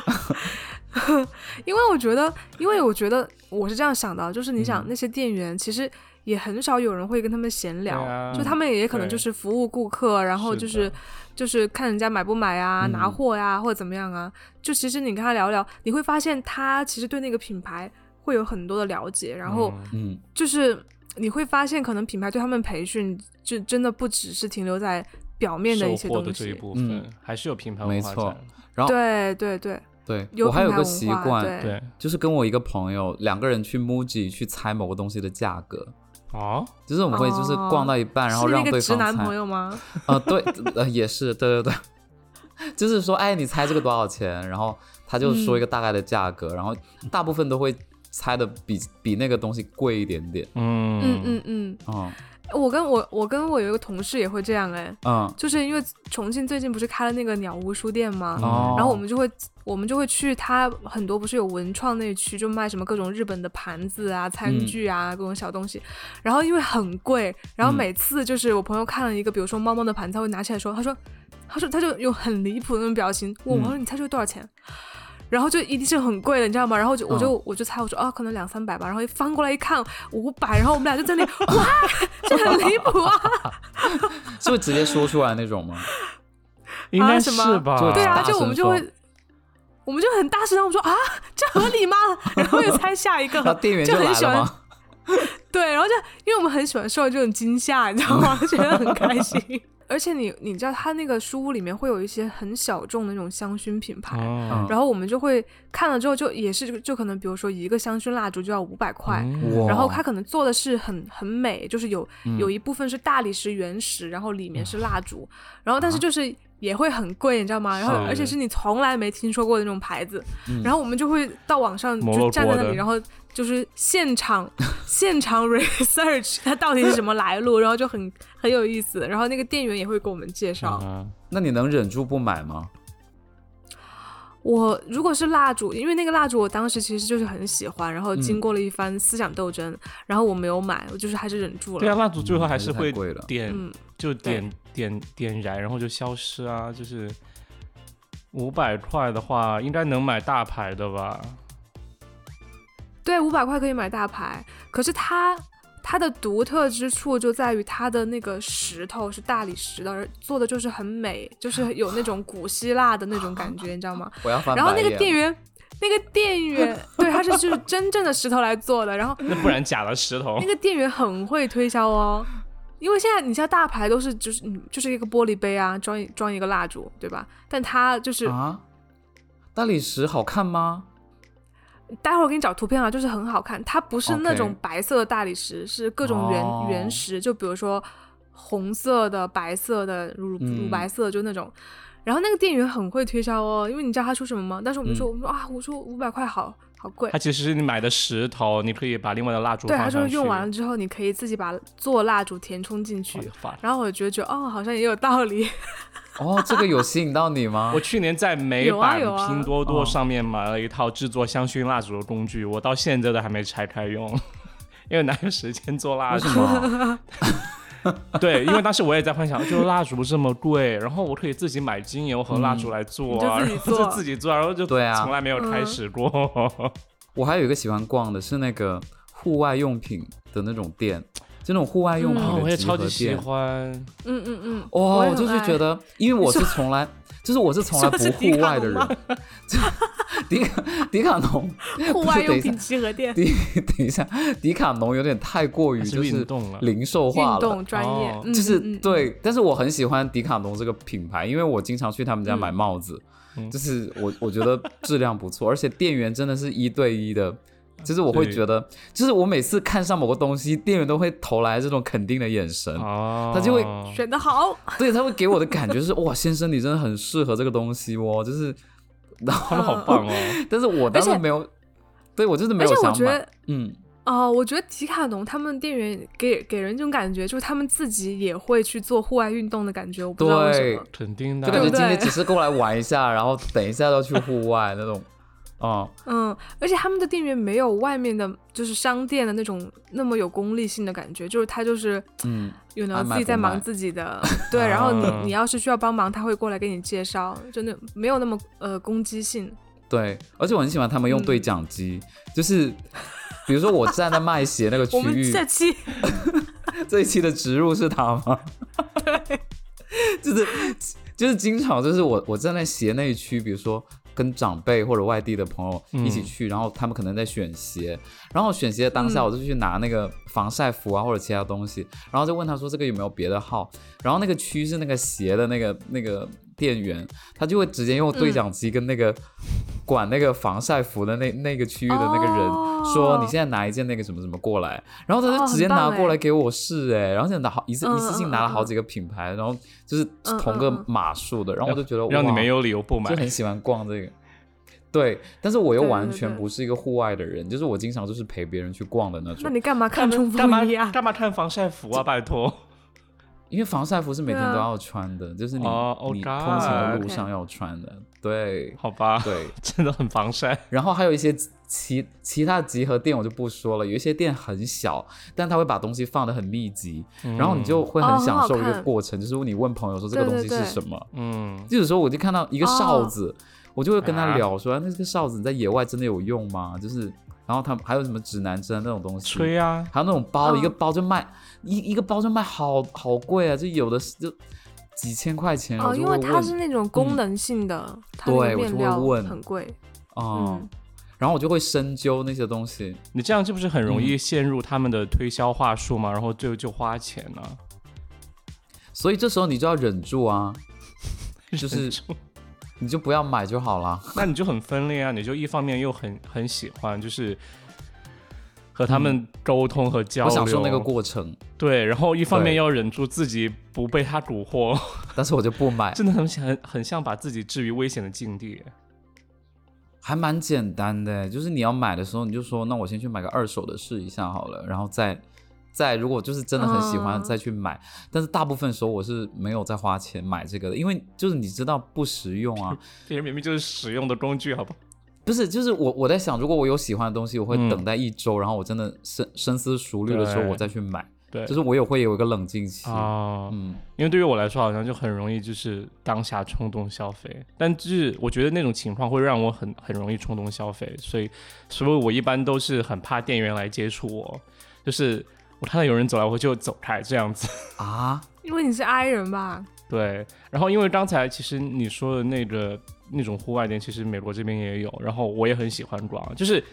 S3: 因为我觉得，因为我觉得我是这样想的啊，就是你
S2: 嗯
S3: 想那些店员其实。也很少有人会跟他们闲聊，
S1: 对啊
S3: 就他们也可能
S1: 对
S3: 就是服务顾客，然后
S1: 是
S3: 就是
S1: 的
S3: 就是看人家买不买啊，拿
S2: 嗯
S3: 货呀、或者怎么样啊。就其实你跟他聊聊，你会发现他其实对那个品牌会有很多的了解，然后
S1: 嗯
S2: 嗯，
S3: 就是你会发现，可能品牌对他们培训，就真的不只是停留在表面的一些
S1: 售货的
S3: 东
S1: 这一
S3: 西。
S1: 部分
S2: 嗯
S1: 还是有品牌
S2: 没
S1: 文化
S2: 错
S1: 在。
S3: 对对对，
S2: 对，
S3: 有
S2: 我还有
S3: 品牌
S2: 个
S3: 文
S2: 习
S3: 化
S2: 惯，
S3: 对
S1: 对
S2: 就是跟我一个朋友两个人去 MUJI 去猜某个东西的价格，
S1: 哦，
S2: 就是我们会就是
S3: 哦
S2: 逛到一半，然后
S3: 是
S2: 让
S3: 那
S2: 对
S3: 个
S2: 方
S3: 直
S2: 猜。
S3: 男朋友吗？
S2: 呃，对， (laughs) 呃，也是，对对对， (laughs) 就是说，哎，你猜这个多少钱？然后他就说一个大概的价格，然后大部分都会猜的比比那个东西贵一点点。
S1: 嗯
S3: 嗯嗯嗯，
S2: 嗯
S3: 我跟我我跟我有一个同事也会这样哎，
S2: 嗯
S3: 就是因为重庆最近不是开了那个鸟屋书店吗？
S2: 哦，
S3: 然后我们就会，我们就会去他很多不是有文创那一区，就卖什么各种日本的盘子啊、餐
S2: 嗯
S3: 具啊、各种小东西。然后因为很贵，然后
S2: 嗯
S3: 每次就是我朋友看了一个，比如说猫猫的盘子，他会拿起来说，他说，他说他就有很离谱的那种表情，问
S2: 嗯
S3: 我我说你猜这个多少钱？然后就一定是很贵的，你知道吗？然后就我就、
S2: 嗯
S3: 我就猜我说啊，可能两三百吧。然后一翻过来一看五百，然后我们俩就在那里哇， (laughs) 这很离谱啊！
S2: 是会直接说出来那种吗？
S1: 应该
S3: 啊
S1: 是
S3: 什么
S1: 吧？
S2: 就
S3: 对啊，
S2: 大
S3: 就我
S2: 声
S3: 们就
S2: 说
S3: 会，我们就很大声，我们说啊，这合
S2: (laughs)
S3: 理吗？然后又猜下一个
S2: 然后，店员
S3: (laughs) 就很
S2: 来
S3: 喜
S2: 了
S3: 欢，
S2: 吗？
S3: 对，然后就因为我们很喜欢受到这种惊吓，你知道
S2: (laughs)
S3: 吗？觉得很开心。而且你你知道，他那个书屋里面会有一些很小众的那种香薰品牌。
S1: 哦，
S3: 然后我们就会看了之后，就也是就可能，比如说一个香薰蜡烛就要五百块，
S1: 嗯
S2: 哇
S3: 然后它可能做的是很很美，就是有、
S1: 嗯
S2: 嗯
S3: 有一部分是大理石原石，然后里面是蜡烛，然后但是就是也会很贵，你知道吗？然后
S1: 啊是
S3: 而且是你从来没听说过的那种牌子，
S2: 嗯
S3: 然后我们就会到网上
S1: 摩洛哥
S3: 就站在那
S1: 的
S3: 里，然后就是现场现场 (laughs) research 它到底是什么来路，然后就很很有意思。然后那个店员也会给我们介绍。
S2: 嗯，那你能忍住不买吗？
S3: 我如果是蜡烛，因为那个蜡烛我当时其实就是很喜欢，然后经
S1: 嗯
S3: 过了一番思想斗争，然后我没有买，我就是还是忍住
S1: 对啊，
S3: 了。
S1: 蜡烛最后
S2: 嗯还
S1: 还
S2: 是
S1: 是
S2: 太
S1: 会
S2: 贵了
S1: 点，
S3: 嗯，
S1: 就点点点燃，然后就消失啊。就是五百块的话，应该能买大牌的吧？
S3: 对，五百块可以买大牌，可是它它的独特之处就在于它的那个石头是大理石的，而做的就是很美，就是有那种古希腊的那种感觉，你知道吗？
S2: 我要翻
S3: 然后
S2: 白
S3: 那个
S2: 眼
S3: 店员，那个店员，对，他是就是真正的石头来做的，然后
S1: 那不然假的石头
S3: 那个店员很会推销哦，因为现在你像大牌都是就是嗯就是一个玻璃杯啊，装一装一个蜡烛，对吧？但他就是、
S2: 啊，大理石好看吗？
S3: 待会儿给你找图片啊，就是很好看，它不是那
S2: OK
S3: 种白色的大理石，是各种原、
S2: 哦
S3: 原石，就比如说红色的、白色的、乳
S2: 嗯
S3: 乳白色的，就那种。然后那个店员很会推销哦，因为你知道他说什么吗？
S2: 嗯
S3: 当时我们就说，我们说啊，我说五百块好好贵
S1: 它，其实是你买的石头，你可以把另外的蜡烛
S3: 对，他
S1: 放
S3: 说
S1: 上去。
S3: 用完了之后，你可以自己把做蜡烛填充进去
S1: 我。的妈
S3: 然后我觉得觉得哦，好像也有道理。 (laughs)
S2: 哦，这个有吸引到你吗
S1: (laughs) 我？去年在美
S3: 有啊
S1: 版
S3: 有啊
S1: 拼多多
S2: 啊哦
S1: 上面买了一套制作香薰蜡烛的工具，我到现在都还没拆开用， (laughs) 因为哪有时间做蜡
S2: 为
S1: 烛
S2: 什？么？
S1: 对，因为当时我也在幻想，就蜡烛这么贵，然后我可以自己买精油和蜡烛来做啊，
S3: 嗯
S1: 然
S3: 你就自
S1: 后 (laughs)
S3: 己
S1: 就自己
S3: 做
S1: 做，然后就
S2: 对啊
S1: 从来没有开始过。
S2: 我还有一个喜欢逛的是那个户外用品的那种店，就那种户外用品
S1: 哦 (laughs)
S2: 的、
S1: 我也超级喜。欢，
S3: 嗯嗯嗯，
S2: 哇、
S3: 我也
S2: 我就
S3: 很
S2: 是
S3: 爱
S2: 觉得，因为我是从来，就是我是从
S1: (laughs)
S2: 来
S3: 说
S2: 不
S3: 是
S2: 户外的
S3: 迪卡
S2: 人 (laughs)
S3: 侬吗，
S2: 就迪卡迪卡侬，
S3: 户外
S2: 等
S3: 用
S2: 一下
S3: 品集合
S2: (laughs)
S3: 店，
S2: 迪等一下，迪卡侬有点太过于
S1: 还是
S2: 就
S1: 运
S2: 是
S1: 动了啊
S2: 零售
S3: 运
S2: 化了
S3: 动，专业，
S1: 哦
S3: 嗯
S2: 就是
S3: 嗯嗯
S2: 对，但是我很喜欢迪卡侬这个品牌，因为我经常去他们家买帽子，
S1: 嗯
S2: 就是 (laughs) 我我觉得质量不错，而且店员真的是一对一的，就是我会
S1: 对
S2: 觉得，就是我每次看上某个东西，店员都会投来这种肯定的眼神，
S1: 哦，
S2: 他就会
S3: 选的好，
S2: 对，他会给我的感觉是哇，先生你真的很适合这个东西哦，就是，
S1: 他
S2: 然后
S1: 们好棒
S2: (laughs)
S1: 哦，
S2: 但是我当时
S3: 而且
S2: 没有，对我就是没
S3: 而且
S2: 有
S3: 我
S2: 想
S3: 觉
S2: 买
S3: 得，
S2: 嗯，
S3: 哦、我觉得迪卡侬他们店员给给人一种感觉，就是他们自己也会去做户外运动的感觉，我不知道为什
S2: 对
S3: 么。，
S1: 肯定的
S2: 就。感觉
S3: 对不
S2: 今天
S3: 对
S2: 只是过来玩一下，然后等一下要去户外那种，哦、
S3: 嗯，而且他们的店员没有外面的，就是商店的那种那么有功利性的感觉，就是他就是
S2: 嗯。爱
S3: 有能
S2: 买
S3: 自己
S2: 不
S3: 在
S2: 买
S3: 忙自己的，
S2: (laughs)
S3: 对，然后
S1: 啊
S2: 嗯
S3: 你你要是需要帮忙，他会过来给你介绍，真的没有那么呃攻击性。
S2: 对，而且我很喜欢他们用
S3: 嗯
S2: 对讲机，就是比如说我站在卖鞋那个区
S3: 我们
S2: 域，
S3: 这期
S2: 这一期的植入是他
S3: (laughs)
S2: 吗？对， (laughs) 就是就是经常就是我我站在鞋那一区，比如说。跟长辈或者外地的朋友一起去，然后他们可能在选鞋，然后选鞋的当下
S3: 嗯
S2: 我就去拿那个防晒服啊或者其他东西，然后就问他说这个有没有别的号，然后那个区是那个鞋的那个那个店员，他就会直接用对
S3: 嗯
S2: 讲机跟那个管那个防晒服的那那个区域的那个人、说
S3: 哦
S2: 你现在拿一件那个什么什么过来，然后他
S3: 哦
S2: 就直接
S3: 很棒
S2: 拿过
S3: 哎
S2: 来给我试哎、然后现在拿好一次
S3: 嗯
S2: 一次性
S3: 嗯
S2: 拿了
S3: 嗯
S2: 好几个品牌，然后就是
S3: 嗯
S2: 同个
S3: 嗯嗯
S2: 码数的，然后我就觉得
S1: 让你
S2: 哇
S1: 没有理由不买
S2: 就，很喜欢逛这个。对，但是我又
S3: 对对
S2: 完
S3: 对
S2: 全不是一个户外的人，就是我经常就是陪别人去逛的那
S3: 那
S2: 种，
S3: 你干嘛看冲
S1: 干嘛
S3: 锋衣啊？
S1: 干嘛看防晒服啊？拜托，
S2: 因为防晒服是每天
S3: 对啊
S2: 都要穿的，就是你、
S1: 哦，Oh
S2: 你通勤的
S1: God
S2: 路
S3: OK
S2: 上要穿的，对
S1: 好吧，
S2: 对。
S1: 真的很防晒。
S2: 然后还有一些其其他集合店我就不说了，有一些店很小，但他会把东西放得很密集，
S1: 嗯
S2: 然后你就会
S3: 哦
S2: 很
S3: 很
S2: 享
S3: 好
S2: 受一个
S3: 看
S2: 过程，就是你问朋友说这个
S3: 对
S2: 东
S3: 对
S2: 西是
S3: 对哦
S2: 什么，
S1: 嗯，
S2: 就有时候我就看到一个哨子，我就会跟他
S1: 啊
S2: 聊说、啊那这个哨子你在野外真的有用吗？就是，然后他还有什么指南针那种东西，
S1: 吹啊，
S2: 还有那种包，
S3: 嗯
S2: 一个包就卖一一个包就卖好好贵啊，就有的是就几千块钱，
S3: 哦，
S2: 我就
S3: 因
S2: 会
S3: 为
S2: 问嗯
S3: 它是那种功能性的，它那
S2: 对
S3: 个
S2: 我就会
S3: 面料
S2: 问
S3: 很贵。
S2: 哦、
S3: 嗯
S2: 然后我就会深究那些东西，
S1: 你这样是不是很容易陷入他们的推销话术嘛？然后最后就花钱呢、
S2: 所以这时候你就要忍住啊，就是
S1: 忍住
S2: 你就不要买就好了。
S1: (laughs) 那你就很分裂啊！你就一方面又很很喜欢，就是和他们沟通和交
S2: 我
S1: 流，
S2: 享受那个过程，
S1: 对，然后一方面
S2: 对
S1: 要忍住自己不被他蛊
S2: (laughs)
S1: 惑，
S2: 但是我就不买，
S1: 真的很想很像把自己置于危险的境地。
S2: 还蛮简单的，欸就是你要买的时候你就说，那我先去买个二手的试一下好了，然后再再如果就是真的很喜欢
S3: 嗯
S2: 再去买，但是大部分时候我是没有在花钱买这个的，因为就是你知道不实用
S3: (laughs)
S2: 啊，
S1: 这些明明就是使用的工具，好吧？
S2: 不是就是我我在想，如果我有喜欢的东西，我会
S1: 嗯
S2: 等待一周，然后我真的深深思熟虑的时候
S1: 对
S2: 我再去买，
S1: 对，
S2: 就是我也会有一个冷静期，
S1: 啊、
S2: 嗯，
S1: 因为对于我来说，好像就很容易就是当下冲动消费，但就是我觉得那种情况会让我很很容易冲动消费，所以所以我一般都是很怕店员来接触我，就是我看到有人走来我就走开这样子。
S2: 啊，
S3: 因为你是 I 人吧？
S1: 对，然后因为刚才其实你说的那个那种户外店，其实美国这边也有，然后我也很喜欢逛，就是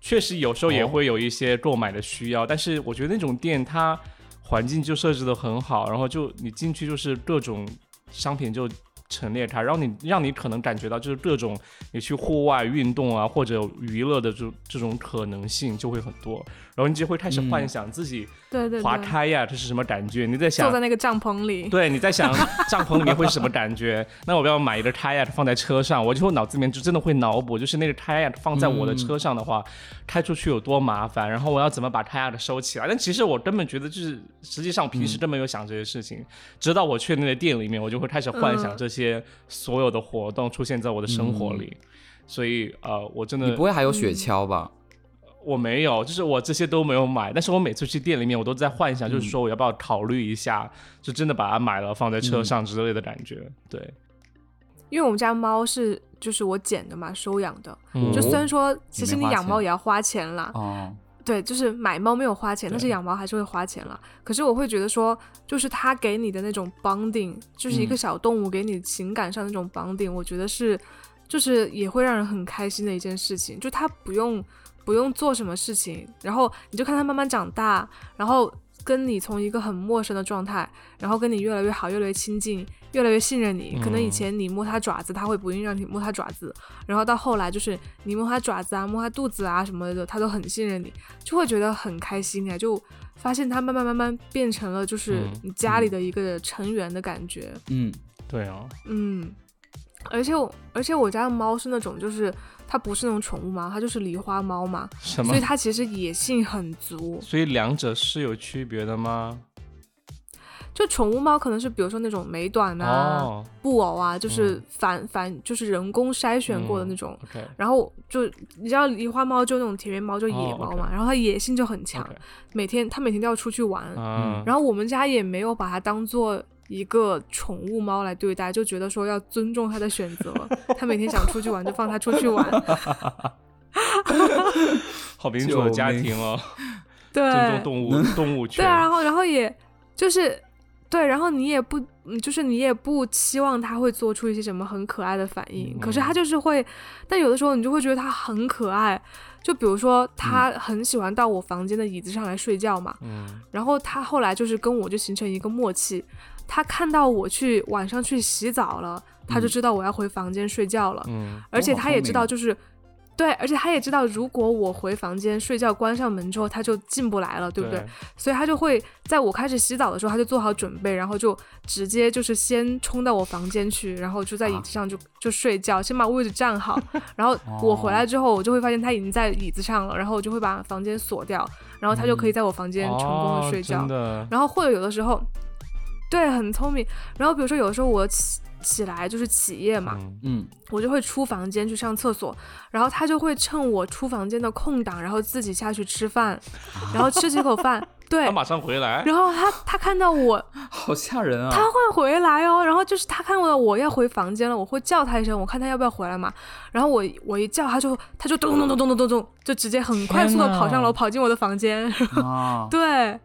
S1: 确实有时候也
S2: 哦
S1: 会有一些购买的需要，但是我觉得那种店它环境就设置的很好，然后就你进去就是各种商品就。陈列它，让你让你可能感觉到就是各种你去户外运动啊或者娱乐的这这种可能性就会很多，然后你就会开始
S2: 嗯
S1: 幻想自己
S3: 对对
S1: 划
S3: 对，
S1: 开呀、这是什么感觉？你在想
S3: 坐在那个帐篷里，
S1: 对，你在想帐篷里面会是什么感
S2: (laughs)
S1: 觉？那我要买一个 kayak 放在车上，我就会脑子里面就真的会脑补，就是那个 kayak 放在我的车上的话，开出去有多麻烦，然后我要怎么把 kayak 收起来？但其实我根本觉得就是，实际上平时根本没有想这些事情，直到我去那个店里面，我就会开始幻想
S3: 嗯
S1: 这些所有的活动出现在我的生活里。所以呃，我真
S2: 嗯你
S1: 的
S2: 不会还有
S3: 嗯
S2: 雪橇吧？
S1: 我没有，就是我这些都没有买，但是我每次去店里面，我都在幻想，
S3: 嗯
S1: 就是说我要不要考虑一下，就真的把它买了放在
S3: 嗯
S1: 车上之类的感觉。对，
S3: 因为我们家猫是就是我捡的嘛，收养的。
S1: 嗯
S3: 就虽然说，
S2: 你
S3: 其实
S2: 没
S3: 你
S2: 花
S3: 养
S2: 钱
S3: 猫也要花钱啦，
S2: 哦，
S3: 对，就是买猫没有花钱，但是
S1: 对
S3: 养猫还是会花钱了。可是我会觉得说，就是它给你的那种 bonding，就是一个
S2: 嗯
S3: 小动物给你情感上那种 bonding，、我觉得是，就是也会让人很开心的一件事情。就它不用不用做什么事情，然后你就看它慢慢长大，然后跟你从一个很陌生的状态，然后跟你越来越好，越来越亲近，越来越信任你。可能以
S1: 嗯
S3: 前你摸它爪子，它会不愿意让你摸它爪子，然后到后来就是你摸它爪子啊、摸它肚子啊什么的，它都很信任你。就会觉得很开心哎，就发现它慢慢慢慢变成了就是
S1: 嗯
S3: 你家里的一个成员的感觉，
S2: 嗯，
S1: 对啊，
S3: 嗯。而且我，而且我家的猫是那种，就是它不是那种宠物猫，它就是狸花猫嘛，
S1: 什么
S3: 所以？它其实野性很足。
S1: 所以两者是有区别的吗？
S3: 就宠物猫可能是比如说那种美短啊、
S1: 哦
S3: 布偶啊，就是
S1: 嗯
S3: 繁繁就是人工筛选过的那种。
S1: ，OK，
S3: 然后就你知道狸花猫就那种田园猫就野
S1: 哦
S3: 猫
S1: ，OK
S3: 嘛，然后它野性就很强
S1: OK，
S3: 每天它每天都要出去玩，
S1: 嗯，
S3: 然后我们家也没有把它当做一个宠物猫来对待，就觉得说要尊重它的选择，它每天想出去玩就放它出去玩。
S1: 好民主的家庭
S3: (laughs)
S1: 哦，
S3: 对，
S1: 尊重动物动物权。
S3: 对啊，然后然后也就是对，然后你也不，嗯就是你也不期望它会做出一些什么很可爱的反
S1: 嗯
S3: 应，可是它就是会，但有的时候你就会觉得它很可爱。就比如说，它很喜欢到我房间的椅子上来睡觉嘛，
S1: 嗯，
S3: 然后他后来就是跟我就形成一个默契，他看到我去晚上去洗澡了，他就知道我要回房间睡觉了，
S1: 嗯
S3: 而且
S2: 哦好
S3: 他也
S2: 聪
S3: 知
S2: 明
S3: 道
S2: 啊
S3: 就是。对，而且他也知道，如果我回房间睡觉，关上门之后，他就进不来了，对
S1: 对
S3: 不对？？所以他就会在我开始洗澡的时候，他就做好准备，然后就直接就是先冲到我房间去，然后就在椅
S2: 啊
S3: 子上就、就睡觉，先把位置占好。然后
S1: 哦
S3: 我回来之后，我就会发现他已经在椅子上了，然后我就会把房间锁掉，然后他就可以在我房间成功的
S1: 哦
S3: 睡觉。
S1: 真的，
S3: 然后或者有的时候，对，很聪明。然后比如说有的时候我起起来就是起夜嘛，
S1: 嗯
S2: 嗯，
S3: 我就会出房间去上厕所，然后他就会趁我出房间的空档，然后自己下去吃饭，然后吃几口饭，
S1: (laughs)
S3: 对
S1: 他，马上回来，
S3: 然后他他看到我
S2: 好吓人啊！
S3: 他会回来哦，然后就是他看到我要回房间了，我会叫他一声，我看他要不要回来嘛。然后我我一叫，他就他就咚咚咚咚咚咚咚，就直接很快速的
S1: 天哪
S3: 跑上楼，跑进我的房间。
S2: 啊，
S3: (laughs) 对，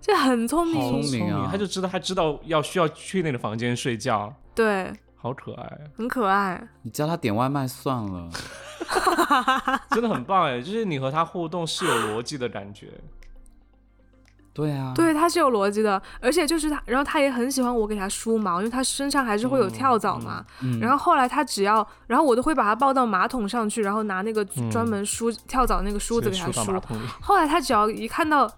S3: 这很聪
S1: 好
S2: 聪
S3: 明，
S2: 明啊
S1: 他就知道他知道要需要去那个房间睡觉，
S3: 对，
S1: 好可爱。啊
S3: 很可爱。
S2: 你叫他点外卖算了。
S1: (laughs) 真的很棒哎，就是你和他互动是有逻辑的感
S3: (laughs)
S1: 觉。
S2: 对啊，
S3: 对，它是有逻辑的，而且就是它，然后它也很喜欢我给它梳毛，因为它身上还是会有跳蚤嘛。
S2: 嗯，
S3: 然后后来它只要，然后我都会把它抱到马桶上去，然嗯后拿那个专门梳、跳蚤那个梳子给它
S1: 梳到
S3: 梳 (laughs)
S1: 马。桶里，
S3: 后来它只要一看到，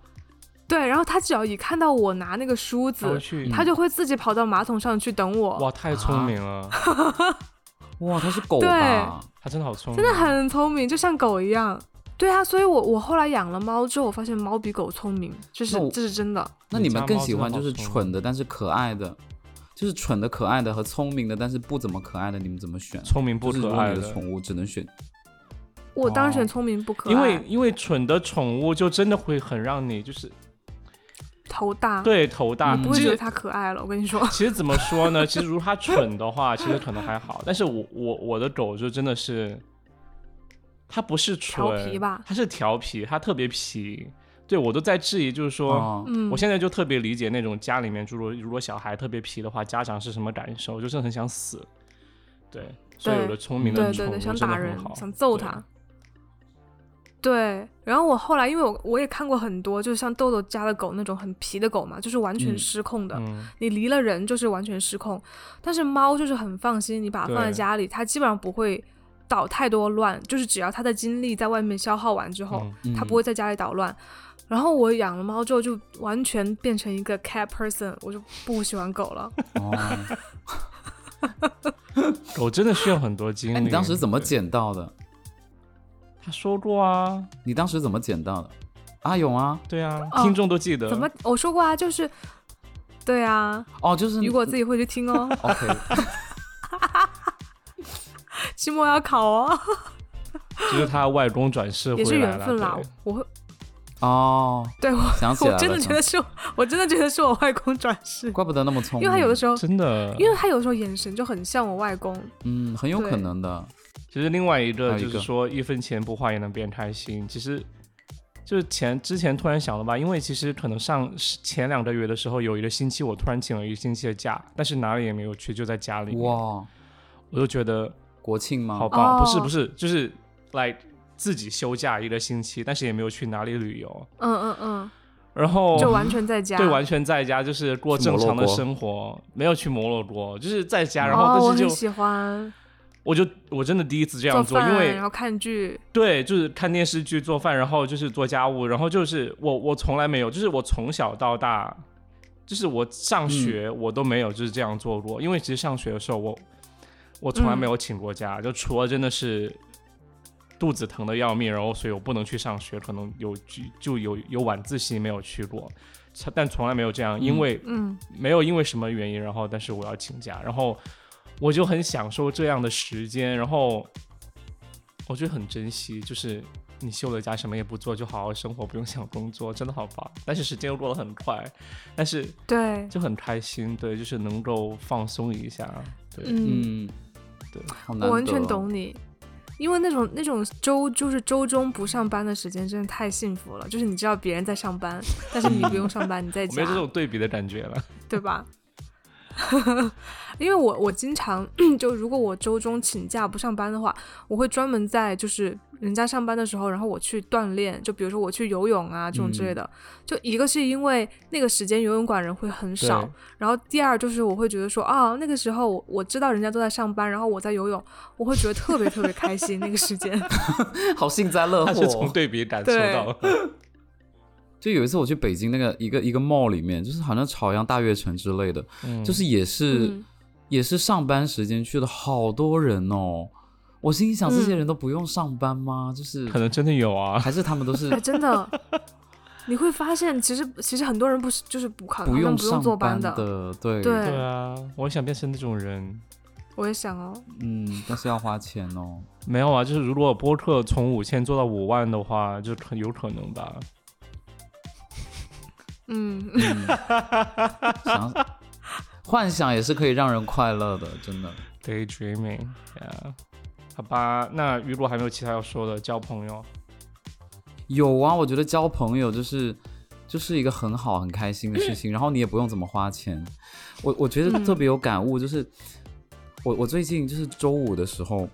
S3: 对，然后他只要一看到我拿那个梳
S1: 他会
S3: 子，
S1: 去，
S3: 他就会自己跑到马桶上去等我，
S1: 哦嗯哇，太
S2: 啊
S1: 聪明了，
S2: 哇，它是狗吧？
S1: 他真的好聪明，啊
S3: 真的很聪明，就像狗一样。对啊，所以我我后来养了猫之后，我发现猫比狗聪明，这是
S2: 那我
S3: 这是真
S1: 哦
S3: 的。
S2: 那你们更喜欢
S1: 你家猫真
S2: 就
S1: 的
S2: 是
S1: 好聪明
S2: 蠢的但是可爱的，就是蠢的可爱的和聪明的但是不怎么可爱的，你们怎么选？
S1: 聪明不
S2: 就是如
S1: 可
S2: 果
S1: 爱
S2: 你
S1: 的
S2: 的宠物只能选，
S3: 我当
S1: 哦
S3: 然选聪明不可爱，
S1: 因为因为蠢的宠物就真的会很让你就是
S3: 头大，
S1: 对头大，
S2: 嗯
S3: 啊不
S1: 这
S3: 会
S1: 个
S3: 觉得它可爱了。我跟你说，
S1: (laughs) 其实怎么说呢？其实如果它蠢的话，其实可能还好。但是我我我的狗就真的是，它不是蠢，
S3: 调皮吧
S1: 它是调皮，它特别皮。对我都在质疑，就是说，
S2: 哦，
S3: 嗯，
S1: 我现在就特别理解那种家里面，如果如果小孩特别皮的话，家长是什么感受，就是很想死。对，所以
S3: 对
S1: 有的聪明的
S3: 对
S2: 人
S1: 宠物
S3: 对对，想
S1: 真的
S3: 打
S1: 很
S3: 人
S1: 好，，
S3: 想揍
S1: 对
S3: 他。。对，然后我后来因为我我也看过很多，就是像豆豆家的狗那种很皮的狗嘛，就是完全
S2: 嗯
S3: 失控的，
S1: 嗯，
S3: 你离了人就是完全失控。但是猫就是很放心，你把它放在
S1: 对
S3: 家里，它基本上不会捣太多乱，就是只要它的精力在外面消耗完之后，
S1: 嗯
S2: 嗯
S3: 它不会在家里捣乱。然后我养了猫之后，就完全变成一个 cat person，我就不喜欢狗了。 (laughs)
S2: 哦，
S1: 狗真的需要很多精力。
S2: 哎，你当时怎么
S1: (laughs) 对？
S2: 捡到的？
S1: 他说过啊，
S2: 你当时怎么捡到的？阿勇啊，
S1: 对啊，
S3: 哦
S1: 听众都记得。
S3: 怎么？我说过啊，就是，对啊，
S2: 哦，就是
S3: 雨果自己会去听
S2: (laughs)
S3: 哦，
S2: OK，
S3: 期末要考哦，
S1: 就是他外公转世
S3: 也是
S1: 回来
S3: 缘
S1: 了。
S3: 分啦
S1: 对。
S3: 我会，
S2: 哦，
S3: 对我，
S2: 想起来
S3: (laughs) 我
S2: 了，
S3: 真的觉得
S2: 想
S3: 是我，我真的觉得是我外公转世，
S2: 怪不得那么聪
S3: 因
S2: 明，
S3: 为他有的时候，
S1: 真的，
S3: 因为他有时候眼神就很像我外公，
S2: 嗯，很有可
S3: 对
S2: 能的，
S1: 其实另外一
S2: 还
S1: 个
S2: 有一
S1: 就
S2: 个
S1: 是说一分钱不花也能变开心。其实就是前之前突然想了吧，因为其实可能上前两个月的时候，有一个星期我突然请了一个星期的假，但是哪里也没有去，就在家里。，
S2: 哇，
S1: 我就觉得
S2: 国庆吗？
S1: 好棒，
S3: 哦
S1: 不是不是，就是来自己休假一个星期，但是也没有去哪里旅游，
S3: 嗯嗯嗯，
S1: 然后
S3: 就完全在家，
S1: 哦对完全在家，就是过
S2: 去
S1: 正
S2: 摩洛
S1: 常的
S2: 哥
S1: 生活，没有去摩洛哥，就是在家，然
S3: 哦，
S1: 后
S3: 我
S1: 但是
S3: 很
S1: 就
S3: 喜欢
S1: 我就我真的第一次这
S3: 做
S1: 样做，
S3: 饭，
S1: 因为
S3: 然后看剧，
S1: 对，就是看电视剧、做饭，然后就是做家务，然后就是我我从来没有，就是我从小到大，就是我上学我都没有就是这样做过，因为其实上学的时候我我从来没有请过假，就除了真的是肚子疼的要命，然后所以我不能去上学，可能有就就有有晚自习没有去过，但从来没有这样，因
S2: 嗯
S1: 为
S3: 嗯，
S1: 没有因为什么原因，然后但是我要请假，然后我就很享受这样的时间，然后我觉得很珍惜，就是你休了假什么也不做，就好好生活，不用想工作，真的好棒。但是时间又过得很快，但是
S3: 对，
S1: 就很开心，对，就是能够放松一下，对，
S3: 嗯，
S2: 嗯，
S1: 对，
S2: 好难
S3: 我完
S2: 得
S3: 全
S2: 哦
S3: 懂你。因为那种那种周就是周中不上班的时间真的太幸福了，就是你知道别人在上班，但是你不用上班，你
S1: (laughs)
S3: 在
S1: 我
S3: 家。
S1: 没有这种对比的感觉了。
S3: 对吧？ (laughs) 因为我我经常就如果我周中请假不上班的话，我会专门在就是人家上班的时候，然后我去锻炼，就比如说我去游泳啊这种
S2: 嗯
S3: 之类的。就一个是因为那个时间游泳馆人会很少
S1: 对，
S3: 然后第二就是我会觉得说啊那个时候我我知道人家都在上班，然后我在游泳，我会觉得特别特别开心那个时间。
S2: (laughs) 好幸灾乐
S1: (laughs) 他
S2: 祸
S1: 是从
S2: 哦。
S1: 对比感受
S3: 对
S1: 到了，
S2: 就有一次我去北京那个一个一个 mall 里面，就是好像朝阳大悦城之类的，
S1: 嗯
S2: 就是也是、 (laughs)
S3: 嗯
S2: 也是上班时间去的，好多人哦。我心里想，
S3: 嗯
S2: 这些人都不用上班吗？就是
S1: 可能真的有啊，
S2: 还是他们都是
S3: 哎，真的，你会发现其实其实很多人不是就是不考，
S2: 不
S3: 他
S2: 用
S3: 们不用
S2: 上
S3: 坐
S2: 班
S3: 的。
S2: 的，对
S3: 对
S1: 对啊，我想变成那种人。
S3: 我也想哦，
S2: 嗯，但是要花钱哦。
S1: 没有啊，就是如果播客从五千做到五万的话，就可有可能吧。
S3: 嗯。
S2: 嗯，想幻想也是可以让人快乐的，真的。
S1: Daydreaming，yeah。好吧，那雨果还没有其他要说的，交朋友。
S2: 有啊，我觉得交朋友就是就是一个很好很开心的事
S3: (clears throat)
S2: 情，然后你也不用怎么花钱。我我觉得特别有感悟，
S3: 嗯
S2: 就是我我最近就是周五的时候，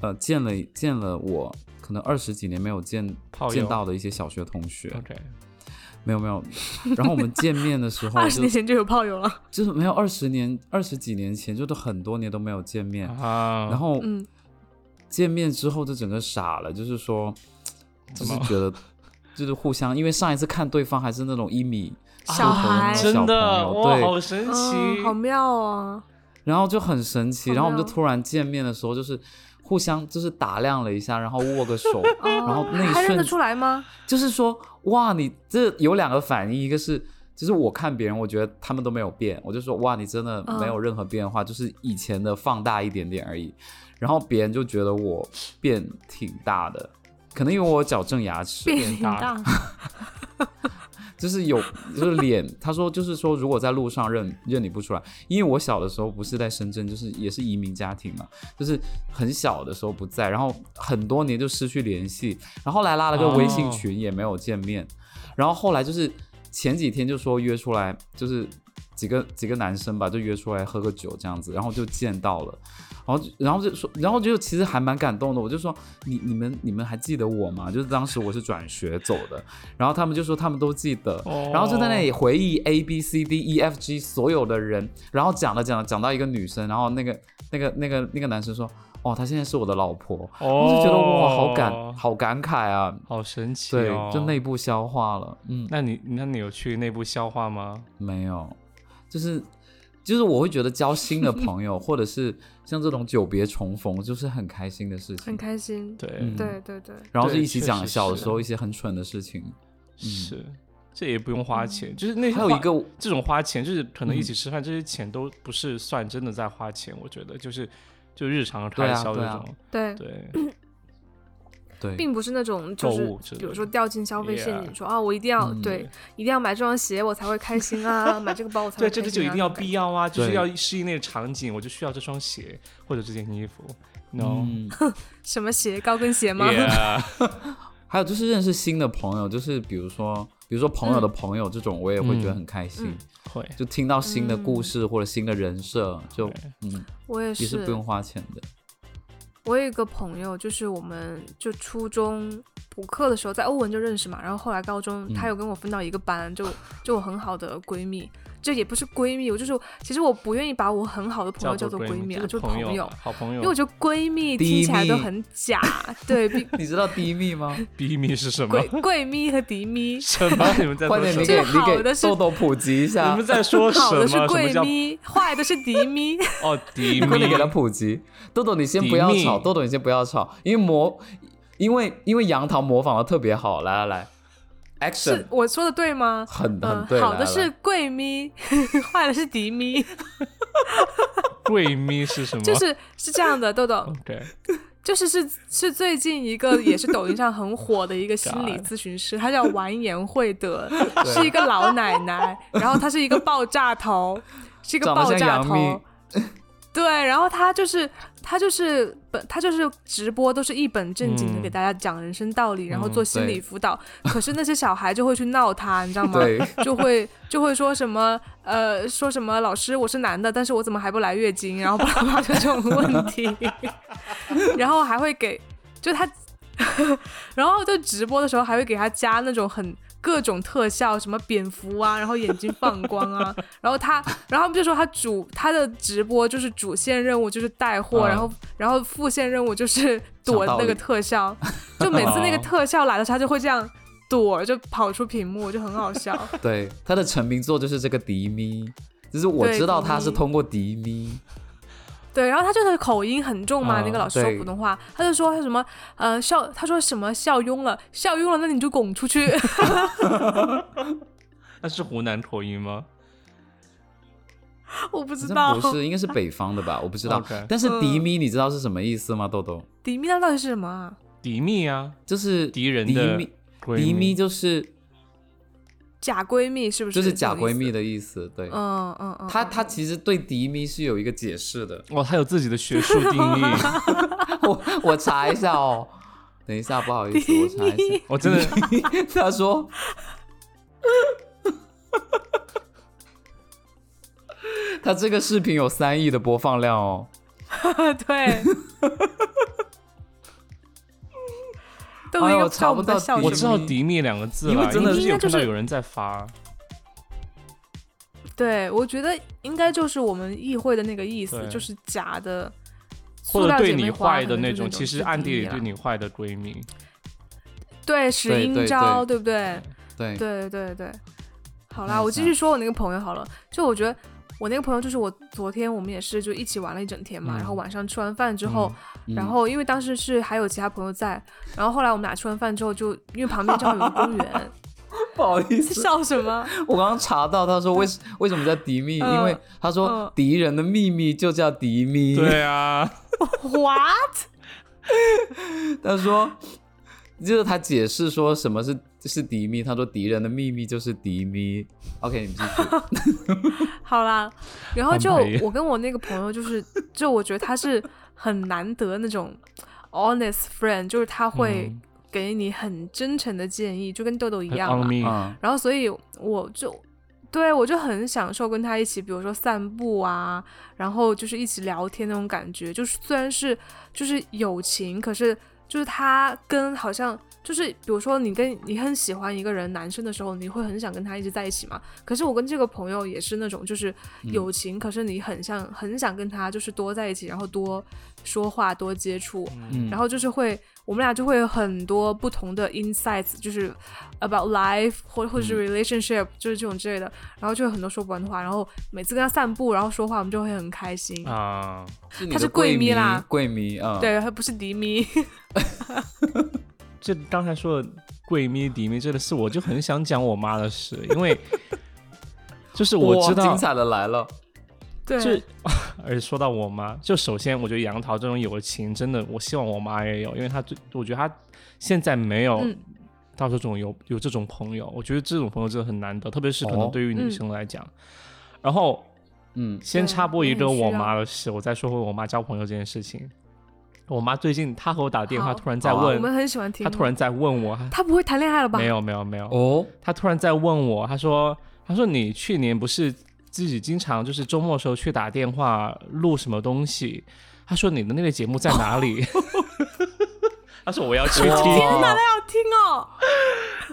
S2: 呃，见了见了我可能二十几年没有见
S1: 炮友
S2: 见到的一些小学同
S3: 嗯
S2: 学，
S1: OK，
S2: 没有没有。然后我们见面的时候
S3: (laughs) 二十
S2: 就哦
S3: 年前就有炮友了。
S2: 就是没有二十年二十几年前，就都很多年都没有见面，
S3: 哦
S1: 啊，
S2: 然后
S3: 嗯，
S2: 见面之后就整个傻了，就是说，
S1: 怎
S2: 就是
S1: 么 (laughs)
S2: 觉得就是互相，因为上一次看对方还是那种一米出
S3: 小
S2: 头的那
S3: 孩
S2: 种
S3: 小
S1: 真
S2: 朋
S1: 的
S2: 友
S1: 哇，
S2: 对，
S1: 好神奇
S3: 嗯，，哎好妙哦！
S2: 然后就很神奇，
S3: 好
S2: 然后我们就
S3: 妙
S2: 突然见面的时候，就是互相就是打量了一下，然后握个手，
S3: 哦
S2: 然后那一
S3: 还认
S2: 瞬
S3: 得出来吗？
S2: 就是说哇，你这有两个反应，一个是就是我看别人，我觉得他们都没有变，我就说哇，你真的
S3: 嗯
S2: 没有任何变化，就是以前的放大一点点而已。然后别人就觉得我变挺大的，可能因为我矫正牙齿，
S3: 变挺
S1: 大
S3: 大，
S2: 就是有 (laughs) 就是脸，他说就是说，如果在路上认认你不出来，因为我小的时候不是在深圳，就是也是移民家庭嘛，就是很小的时候不在，然后很多年就失去联系，然后后来拉了个微信群也没有见面，然后后来就是前几天就说约出来，就是几个几个男生吧，就约出来喝个酒这样子，然后就见到了。然后就，然后就说，然后就其实还蛮感动的。我就说，你你们你们还记得我吗？就是当时我是转学走的，然后他们就说他们都记得，
S1: 哦
S2: 然后就在那里回忆 A B C D E F G 所有的人，然后讲了讲了讲到一个女生，然后那个那个那个那个男生说，哦，她现在是我的老婆，我就觉得哇，好
S1: 哦
S2: 感好感慨啊，
S1: 好神奇
S2: 对
S1: 哦，，
S2: 就内部消化了，嗯，
S1: 那你那你有去内部消化吗？
S2: 没有，就是就是我会觉得交新的朋
S3: (laughs)
S2: 友，或者是像这种久别重逢，就是很开心的事
S3: 很
S2: 情，
S3: 开心。
S1: 对，
S2: 嗯
S3: 对对对，
S2: 然后就
S1: 对
S2: 一起
S1: 确
S2: 讲
S1: 实
S2: 小的
S1: 是
S2: 时候一些很蠢的事情，
S1: 是，这也不用花钱，就是那些
S2: 还有一
S1: 花
S2: 个
S1: 这种花钱，就是可能
S2: 嗯
S1: 一起吃饭，这些钱都不是算真的在花钱，我觉得就是就日常
S2: 对
S1: 开
S2: 啊
S1: 销
S2: 对
S1: 这
S2: 啊
S1: 种，
S3: 对，
S1: 对，
S2: 对，哦
S3: 并不是那种
S1: 购
S3: 就是
S1: 物之类
S3: 比如
S1: 的
S3: 说掉进消费陷
S1: Yeah
S3: 阱，说啊我一定要
S2: 嗯
S3: 对，一定要买这双鞋我才会开心啊，买这个包我才
S1: 对，
S3: 会
S1: 这
S3: 开
S1: 个就
S3: 心
S1: 一
S3: 啊。
S1: 定要
S3: 这种感
S1: 必
S3: 觉
S1: 要啊，就是
S2: 对
S1: 要适应那个场景，我就需要这双鞋或者这件衣服。No，
S2: 嗯
S3: 什么鞋？高跟鞋吗？
S1: 嗯 (laughs) Yeah，
S2: 还有就是认识新的朋友，就是比如说，比如说朋友的朋友这种，我也会觉得很开心，
S3: 嗯
S1: 会
S2: 就听到新的故事或者新的人设，就
S1: 对
S2: 嗯
S3: (laughs) 我也
S2: 也是不用花钱的。 (laughs)
S3: 我有一个朋友，就是我们就初中补课的时候在欧文就认识嘛，然后后来高中
S2: 嗯
S3: 她有跟我分到一个班，就就我很好的闺蜜，这也不是闺蜜，我就是其实我不愿意把我很好的朋友叫
S1: 做
S3: 做闺蜜
S1: 蜜，
S3: 啊，
S1: 就是朋
S3: 朋
S1: 友，好朋
S3: 因为我
S1: 友。
S3: 觉得闺蜜
S2: 低
S3: 听起来都
S2: 蜜
S3: 很假，
S1: (laughs)
S3: 对，比
S2: 你知道低密
S3: (laughs)
S2: 吗？
S1: 闺蜜是什么？
S3: 闺闺蜜和敌蜜，
S1: 什 (laughs) 么？你们在
S2: 快
S1: 说
S2: 点，你
S1: 什
S2: 给
S1: 么？
S3: 这个好
S2: 你给
S3: 的是
S2: 豆豆普及一
S1: 你
S3: (laughs)
S2: 下
S1: 们，在说什
S3: 好
S1: 么？
S3: 的是
S1: 什么
S3: 闺
S1: 叫
S3: 蜜，坏的是
S1: (laughs)
S3: 敌蜜。
S1: 哦，敌
S2: 你快点
S1: 蜜
S2: 给 (laughs) 他普及。豆豆，你先不要
S1: 低密
S2: 吵，豆豆你先不要吵，因为模，因为因为杨桃模仿的特别好，来来来
S3: 是
S2: ，action，
S3: 我说的对吗？
S2: 很很
S3: 嗯
S2: 对，，
S3: 好
S2: 来
S3: 的
S2: 来
S3: 是闺蜜， (laughs) 坏的是敌蜜，
S1: (laughs) 闺蜜是什么？
S3: 就是是这样的，豆豆，
S1: OK，
S3: 就是是是最近一个也是抖音上很火的一个心
S2: (laughs)
S3: 理
S1: God
S3: 咨询师，她叫完颜慧德，
S2: 对
S3: 是一个老奶奶，然后她是一个爆炸头，是一个
S2: 长得
S3: 爆
S2: 像
S3: 炸
S2: 杨幂
S3: 头。对，然后她就是她就是本她就是直播都是一本正经的
S1: 嗯
S3: 给大家讲人生道理，然后
S1: 嗯
S3: 做心
S2: 对
S3: 理辅导。可是那些小孩就会去闹她，你知道吗？
S2: 对，
S3: 就会就会说什么呃说什么老师我是男的，但是我怎么还不来月经？然后巴拉巴拉就这种问题， (laughs) 然后还会给就他，然后就直播的时候还会给他加那种很各种特效，什么蝙蝠啊，然后眼睛放光啊，然后他然后他们就说他主他的直播就是主线任务就是带货，
S2: 嗯
S3: 然后然后副线任务就是躲
S2: 讲道理
S3: 那个
S2: (laughs)
S3: 特效，就每次那个
S1: 哦
S3: 特效来的时候他就会这样。躲就跑出屏幕，就很好笑。
S2: 对，他的成名作就是这个迪咪，就是我
S3: 对
S2: 知道他
S3: 迪
S2: 是
S3: 咪
S2: 通过迪咪，
S3: 对，然后他就是口音很重嘛，
S1: 嗯
S3: 那个老师说
S2: 对
S3: 普通话，他就说他什么呃笑，他说什么笑晕了，笑晕了，那你就拱出去。
S1: 那是湖南口音吗？
S3: 我不知道嗯
S2: 好像，不是，应该是北方的吧？我不知道
S1: OK。
S2: 但是迪咪你知道是什么意思吗？豆豆，
S3: 迪米娜到底是什么啊？
S1: 敌蜜啊，
S2: 就是
S1: 敌人
S2: 迪
S1: 的
S2: 咪，
S1: 闺
S2: 迪咪就是
S3: 假闺蜜是不是？
S2: 就是假闺蜜
S3: 的。
S2: 的意思。对，
S3: 嗯嗯嗯。
S2: 他
S3: 嗯
S2: 他其实对迪咪是有一个解释的，
S1: 哦，他有自己的学术定 (laughs) 义。
S2: (laughs) 我我查一下哦。等一下，不好意思，我查一
S1: 我真的，
S3: (laughs)
S2: 下。他说，他这个视频有三亿的播放量哦。
S3: 对。都
S2: 哎
S3: 没
S2: 呦
S3: 有
S2: 查不到
S3: 笑
S2: 迪
S1: 我
S3: 什
S1: 知
S3: 么
S1: 道“敌蜜”两个字
S2: 因为
S1: 了，
S2: 真
S3: 的
S1: 因为
S3: 是
S1: 有看到
S3: 就是
S1: 有人在发。
S3: 对，我觉得应该就是我们议会的那个意思
S1: 对，
S3: 就是假的。
S1: 或
S3: 塑
S1: 者
S3: 料
S1: 对
S3: 姐妹
S1: 你
S3: 花
S1: 坏
S3: 可
S1: 的
S3: 能
S1: 那
S3: 就是
S1: 种，
S3: 那
S1: 其实
S3: 是
S1: 暗
S3: 敌啊
S1: 地 (laughs) 里对
S3: 蜜啦
S1: 你坏的闺蜜，
S3: 对，使
S2: 对
S3: 阴
S2: 对
S3: 招，对不对？
S2: 对，
S3: 对对对，好
S2: 那
S3: 啦，我继
S2: 那
S3: 续说我那个朋友好了。就我觉得我那个朋友，就是我昨天我们也是就一起玩了一整天嘛，
S2: 嗯
S3: 然后晚上吃完饭之后，
S2: 嗯
S3: 然后因为当时是还有其他朋友在，然后后来我们俩吃完饭之后就，因为旁边正好有个公园，
S2: 不好意
S3: 在
S2: 思，
S3: 笑什么？
S2: 我刚刚查到他说为什为什么叫敌密，
S3: 嗯
S2: 因为他说
S3: 嗯
S2: 敌人的秘密就叫敌密。
S1: 对啊，
S3: (laughs) What？
S2: 他说，就是他解释说什么是是敌密，他说敌人的秘密就是敌密。OK，你们继续。
S3: 好啦，然后就
S1: 很美
S3: 我跟我那个朋友，就是就我觉得他是很难得那种 honest friend，就是他 (laughs) 会
S1: 嗯
S3: 给你很真诚的建议，就跟豆豆一
S1: 很
S3: 样
S1: on
S3: 啊嘛。 (laughs)
S1: me，
S2: 嗯
S3: 然后所以我就对我就很享受跟他一起，比如说散步啊，然后就是一起聊天那种感觉。就是虽然是就是友情，可是就是他跟好像就是比如说你跟你很喜欢一个人男生的时候，你会很想跟他一直在一起嘛。可是我跟这个朋友也是那种就是友情，可是你很想很想跟他就是多在一起，然后多说话多接触。
S2: 嗯，
S3: 然后就是会，我们俩就会有很多不同的 insights，就是 about life 或或
S1: 嗯
S3: 者是 relationship，、就是这种之类的，然后就有很多说不完的话。然后每次跟他散步，然后说话，我们就会很开心。
S1: 啊，
S2: 是你
S3: 他
S2: 的
S3: 是贵
S2: 迷
S3: 咪啦，
S2: 贵迷啊，嗯，
S3: 对，他不是迪咪，
S1: 这刚才说的贵咪、迪咪这个事，我就很想讲我妈的事，因 (laughs) 为就是 (laughs) 我
S2: 哇
S1: 知道
S2: 精，彩的来了，
S1: 就
S3: (laughs) 对，
S1: 而且说到我妈，就首先我觉得杨桃这种友情，真的我希望我妈也有，因为她最，我觉得她现在没有
S3: 嗯
S1: 到这种有有这种朋友，我觉得这种朋友真的很难得，特别是可
S2: 哦
S1: 能对于女
S3: 嗯
S1: 生来讲。然后
S2: 嗯
S1: 先
S3: 对
S1: 插播
S3: 我
S1: 一
S3: 很
S1: 个
S3: 需
S1: 我
S3: 要
S1: 妈的事，我再说回我妈交朋友这件事情。我妈最近她和我打电话，
S3: 好
S1: 突然在
S2: 好啊
S3: 我们
S1: 问，
S3: 很喜欢听。
S1: 呃她突然在问我，
S3: 他不会谈恋爱了吧？
S1: 没有没有没有，
S2: 哦，
S1: 他突然在问我，他说：“他说你去年不是自己经常就是周末的时候去打电话录什么东西？”他说：“你的那个节目在哪里？” (laughs) 他说：“我要去听。
S2: 哇
S3: 好听哦，”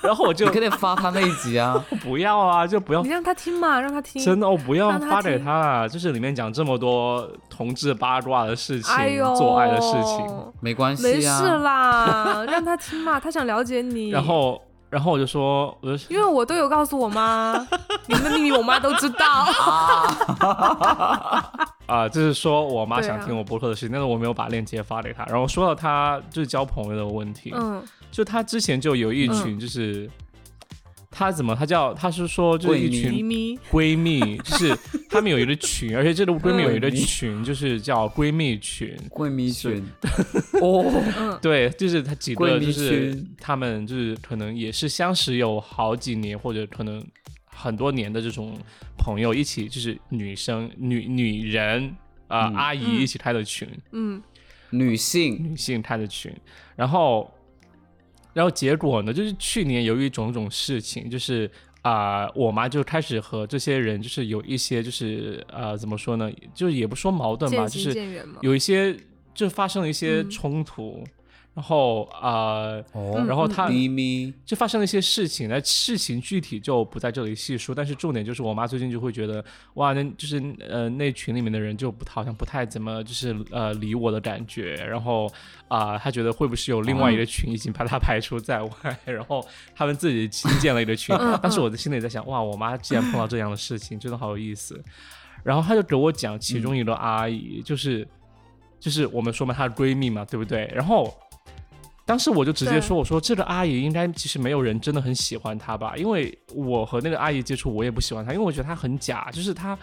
S1: 然后我
S2: 你
S1: 就
S2: 可以发他那一集啊，
S1: 不要啊，就不要
S3: 你让他听嘛，让他听。
S1: 真的，我不要
S3: 让他
S1: 发给
S3: 听
S1: 他啊！就是里面讲这么多同志八卦的事情、
S3: 哎呦，
S1: 做爱的事情，
S2: 没关
S3: 没
S2: 系
S3: 事
S2: 啊，
S1: (laughs)
S3: 啦， (laughs) 让他听嘛，他想了解你。
S1: 然后，然后我就说，我就
S3: 因为我都有告诉
S1: (laughs)
S3: 我妈，你们的秘密我妈都知道。
S1: 啊，就是说我妈
S3: 对
S1: 想
S3: 啊
S1: 听我播客的事情，但是我没有把链接发给她。然后说到她就是交朋友的问题，
S3: 嗯，
S1: 就他之前就有一群，就是、他怎么他叫他是说就是一
S3: 咪
S1: 群
S3: 咪，
S1: 闺蜜，就是他们有一个群，而且这个闺蜜有一个
S2: 嗯
S1: 群，就是叫闺蜜群。
S2: 贵迷群，哦，
S3: 嗯，
S1: 对，就是他几
S2: 闺
S1: 个，
S2: 蜜
S1: 就是
S2: 群
S1: 他们就是可能也是相识有好几年，或者可能很多年的这种朋友一起，就是女生、女女人啊、
S2: 嗯
S1: 阿姨
S3: 嗯
S1: 一起开的群，
S3: 嗯，
S2: 女性，
S1: 女性开的群，然后，然后结果呢，就是去年由于种种事情，就是啊、我妈就开始和这些人就是有一些就是呃怎么说呢，就是也不说矛盾吧，
S3: 渐
S1: 就
S3: 行
S1: 是
S3: 渐远嘛。
S1: 有一些就发生了一些
S3: 嗯
S1: 冲突，然后呃，
S2: 哦
S1: 然后她。
S2: 咪咪，
S1: 就发生了一些事情，那事情具体就不在这里细说，但是重点就是我妈最近就会觉得，哇，那就是呃那群里面的人就不好像不太怎么就是呃理我的感觉，然后啊、她觉得会不会是有另外一个群已经把她排除在外， (laughs) 然后他们自己新建了一个群
S3: 嗯嗯，
S1: 但是我的心里在想，哇，我妈既然碰到这样的事情，真的好有意思。然后她就给我讲其中一个阿姨，就是就是我们说嘛，她的闺蜜嘛，对不对？然后当时我就直接
S3: 对
S1: 说，我说这个阿姨应该其实没有人真的很喜欢她吧，因为我和那个阿姨接触，我也不喜欢她，因为我觉得她很假，就是她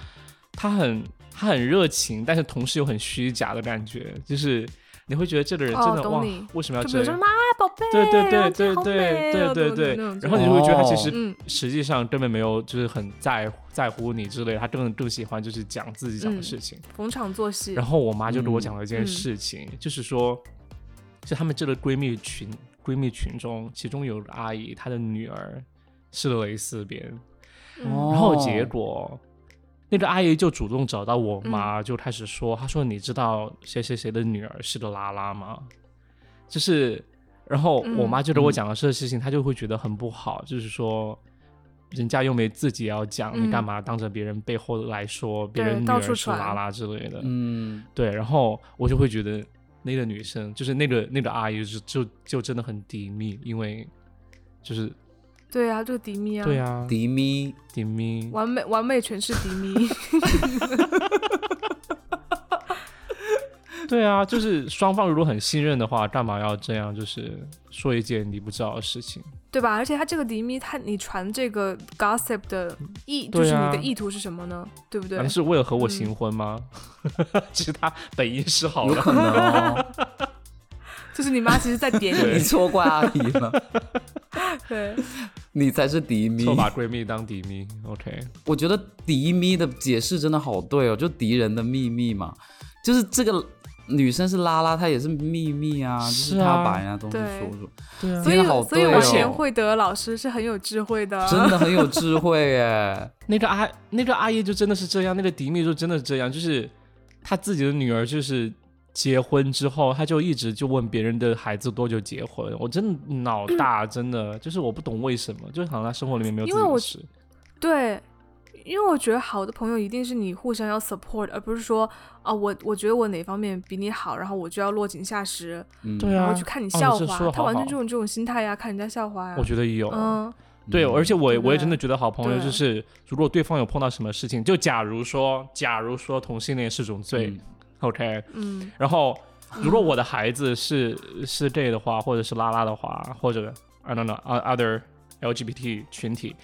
S1: 她很她很热情，但是同时又很虚假的感觉，就是你会觉得这个人真
S3: 哦
S1: 的、
S3: 懂
S1: 哇
S3: 你，
S1: 为什么要
S3: 就比
S1: 这
S3: 如说
S1: 样？
S3: 妈宝贝，
S1: 对对对
S3: 然后
S1: 对
S3: 好
S1: 对
S3: 美
S1: 对
S3: 哦
S1: 对
S3: 怎么
S1: 对，
S3: 怎么怎
S1: 然
S3: 么
S1: 后你就会觉得她其实
S3: 嗯
S1: 实际上根本没有，就是很在乎在乎你之类的，他更更喜欢就是讲自己讲的
S3: 嗯
S1: 事情。
S3: 逢场作戏
S1: 然，后我妈就给我讲了一件
S3: 嗯
S1: 事情，就是说，就她们这个闺蜜群闺蜜群中，其中有个阿姨，她的女儿是蕾丝边，
S3: 嗯
S1: 然后
S2: 哦
S1: 结果。那个阿姨就主动找到我
S3: 嗯
S1: 妈，就开始说：“她说你知道谁谁谁的女儿是个拉拉吗？”就是，然后我妈就给我
S2: 嗯
S1: 讲了这个事情，她就会觉得很不好，就是说，人家又没自己要讲，你干
S3: 嗯
S1: 嘛当着别人背后来说别
S3: 对
S1: 人女
S3: 到
S1: 儿
S3: 处
S1: 是拉
S3: 传
S1: 拉之类的？
S2: 嗯，
S1: 对，然后我就会觉得那个女生，就是那个那个阿姨就，就就真的很低密，因为就是
S3: 对啊，就是迪咪啊，
S1: 对啊，
S2: 迪咪，
S1: 迪咪，
S3: 完美完美诠释迪咪，
S1: 对啊，就是双方如果很信任的话，干嘛要这样？就是说一件你不知道的事情。
S3: (laughs) 对吧？而且他这个迪咪，他你传这个 gossip 的意，
S1: 对
S3: 就是
S1: 啊
S3: 你的意图是什么呢？对不对嗯
S1: 难道？是为了和我行婚吗？ (laughs) 其实他本意是好
S2: 有
S1: 的，
S2: 可能哦，
S3: 就是你妈其实在点
S2: 你
S1: (laughs)
S3: 你，
S2: 错怪阿姨了，
S3: 对，
S2: 你才是迪咪。
S1: 错把闺蜜当敌蜜。OK，
S2: 我觉得迪咪的解释真的好对哦，就敌人的秘密嘛，就是这个女生是拉拉，她也是秘密啊，就是
S1: 是
S2: 她
S1: 啊
S2: 要把人家东西
S3: 对
S2: 说出，
S1: 对啊
S3: 所以
S2: 天好
S3: 所以
S2: 对
S3: 王
S1: 哦
S3: 贤惠德老师是很有智慧的，
S2: 真的很有智慧耶。
S1: 那个阿那个阿姨就真的是这样，那个迪蜜就真的是这样，就是她自己的女儿就是结婚之后，她就一直就问别人的孩子多久结婚，我真的脑大，
S3: 嗯
S1: 真的就是我不懂为什么，就是好像她生活里面没有自
S3: 因
S1: 己
S3: 为我
S1: 的事，
S3: 对，因为我觉得好的朋友一定是你互相要 support，而不是说啊，我我觉得我哪方面比你好，然后我就要落井下石，
S2: 嗯，
S1: 对
S3: 然
S1: 啊
S3: 后去，看你
S1: 哦
S3: 笑
S1: 这
S3: 话。
S1: 说得
S3: 他
S1: 好
S3: 完全
S1: 好
S3: 这种这种心态呀、看人家笑话呀、
S1: 我觉得也有。
S3: 嗯，
S1: 对，
S2: 嗯
S1: 而且我
S3: 对
S1: 也
S3: 不
S1: 我也
S3: 对
S1: 真的觉得好朋友就
S3: 对啊
S1: 是，如果对方有碰到什么事情，就假如说，假如说同性恋是种罪、
S2: 嗯
S1: o k
S3: 嗯，
S1: 然后如果我的孩子是是 gay 的话，或者是拉拉的话，或者 I don't know o- other LGBT 群体，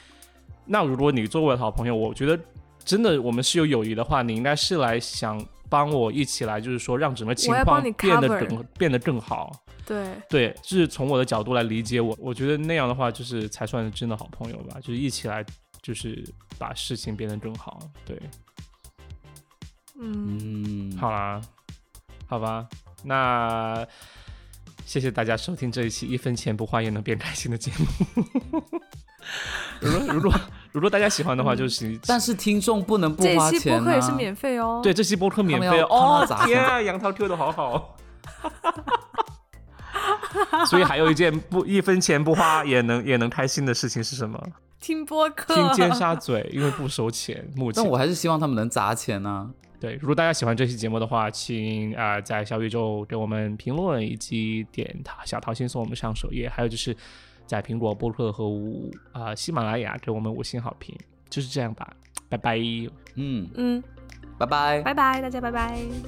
S1: 那如果你作为我的好朋友，我觉得真的我们是有友谊的话，你应该是来想帮我一起来，就是说让整个情
S3: 我要
S1: 况
S3: 帮你
S1: 变得
S3: cover
S1: 更变得更好。
S3: 对，
S1: 对，就是从我的角度来理解我，我觉得那样的话，就是才算是真的好朋友吧，就是一起来，就是把事情变得更好。对，
S3: 嗯，
S2: 嗯，
S1: 好啦，好吧，那谢谢大家收听这一期一分钱不花也能变开心的节目。嗯如果如果如果大家喜欢的话，就是
S2: 但是听众不能不
S3: 这一
S2: 花
S3: 期
S2: 钱、啊，
S3: 播客也是免费哦。
S1: 对，这期播客免费
S2: 他们要
S1: 哦
S2: 他们要砸！钱
S1: 天啊，杨涛 Q 的好 (laughs) 好。所以还有一件不一分钱不花也能也能开心的事情是什 (laughs) 么？
S3: 听播客，
S1: 听尖沙咀，因为不收钱。目前
S2: 但我还是希望他们能砸钱啊呢、
S1: 对，如果大家喜欢这期节目的话，请啊、呃在小宇宙给我们评论，以及点他小桃心送我们上首页，还有就是在苹果播客和五啊、喜马拉雅给我们五星好评，就是这样吧，拜拜。
S2: 嗯，
S3: 嗯，
S2: 拜拜。
S3: 拜拜，大家拜拜。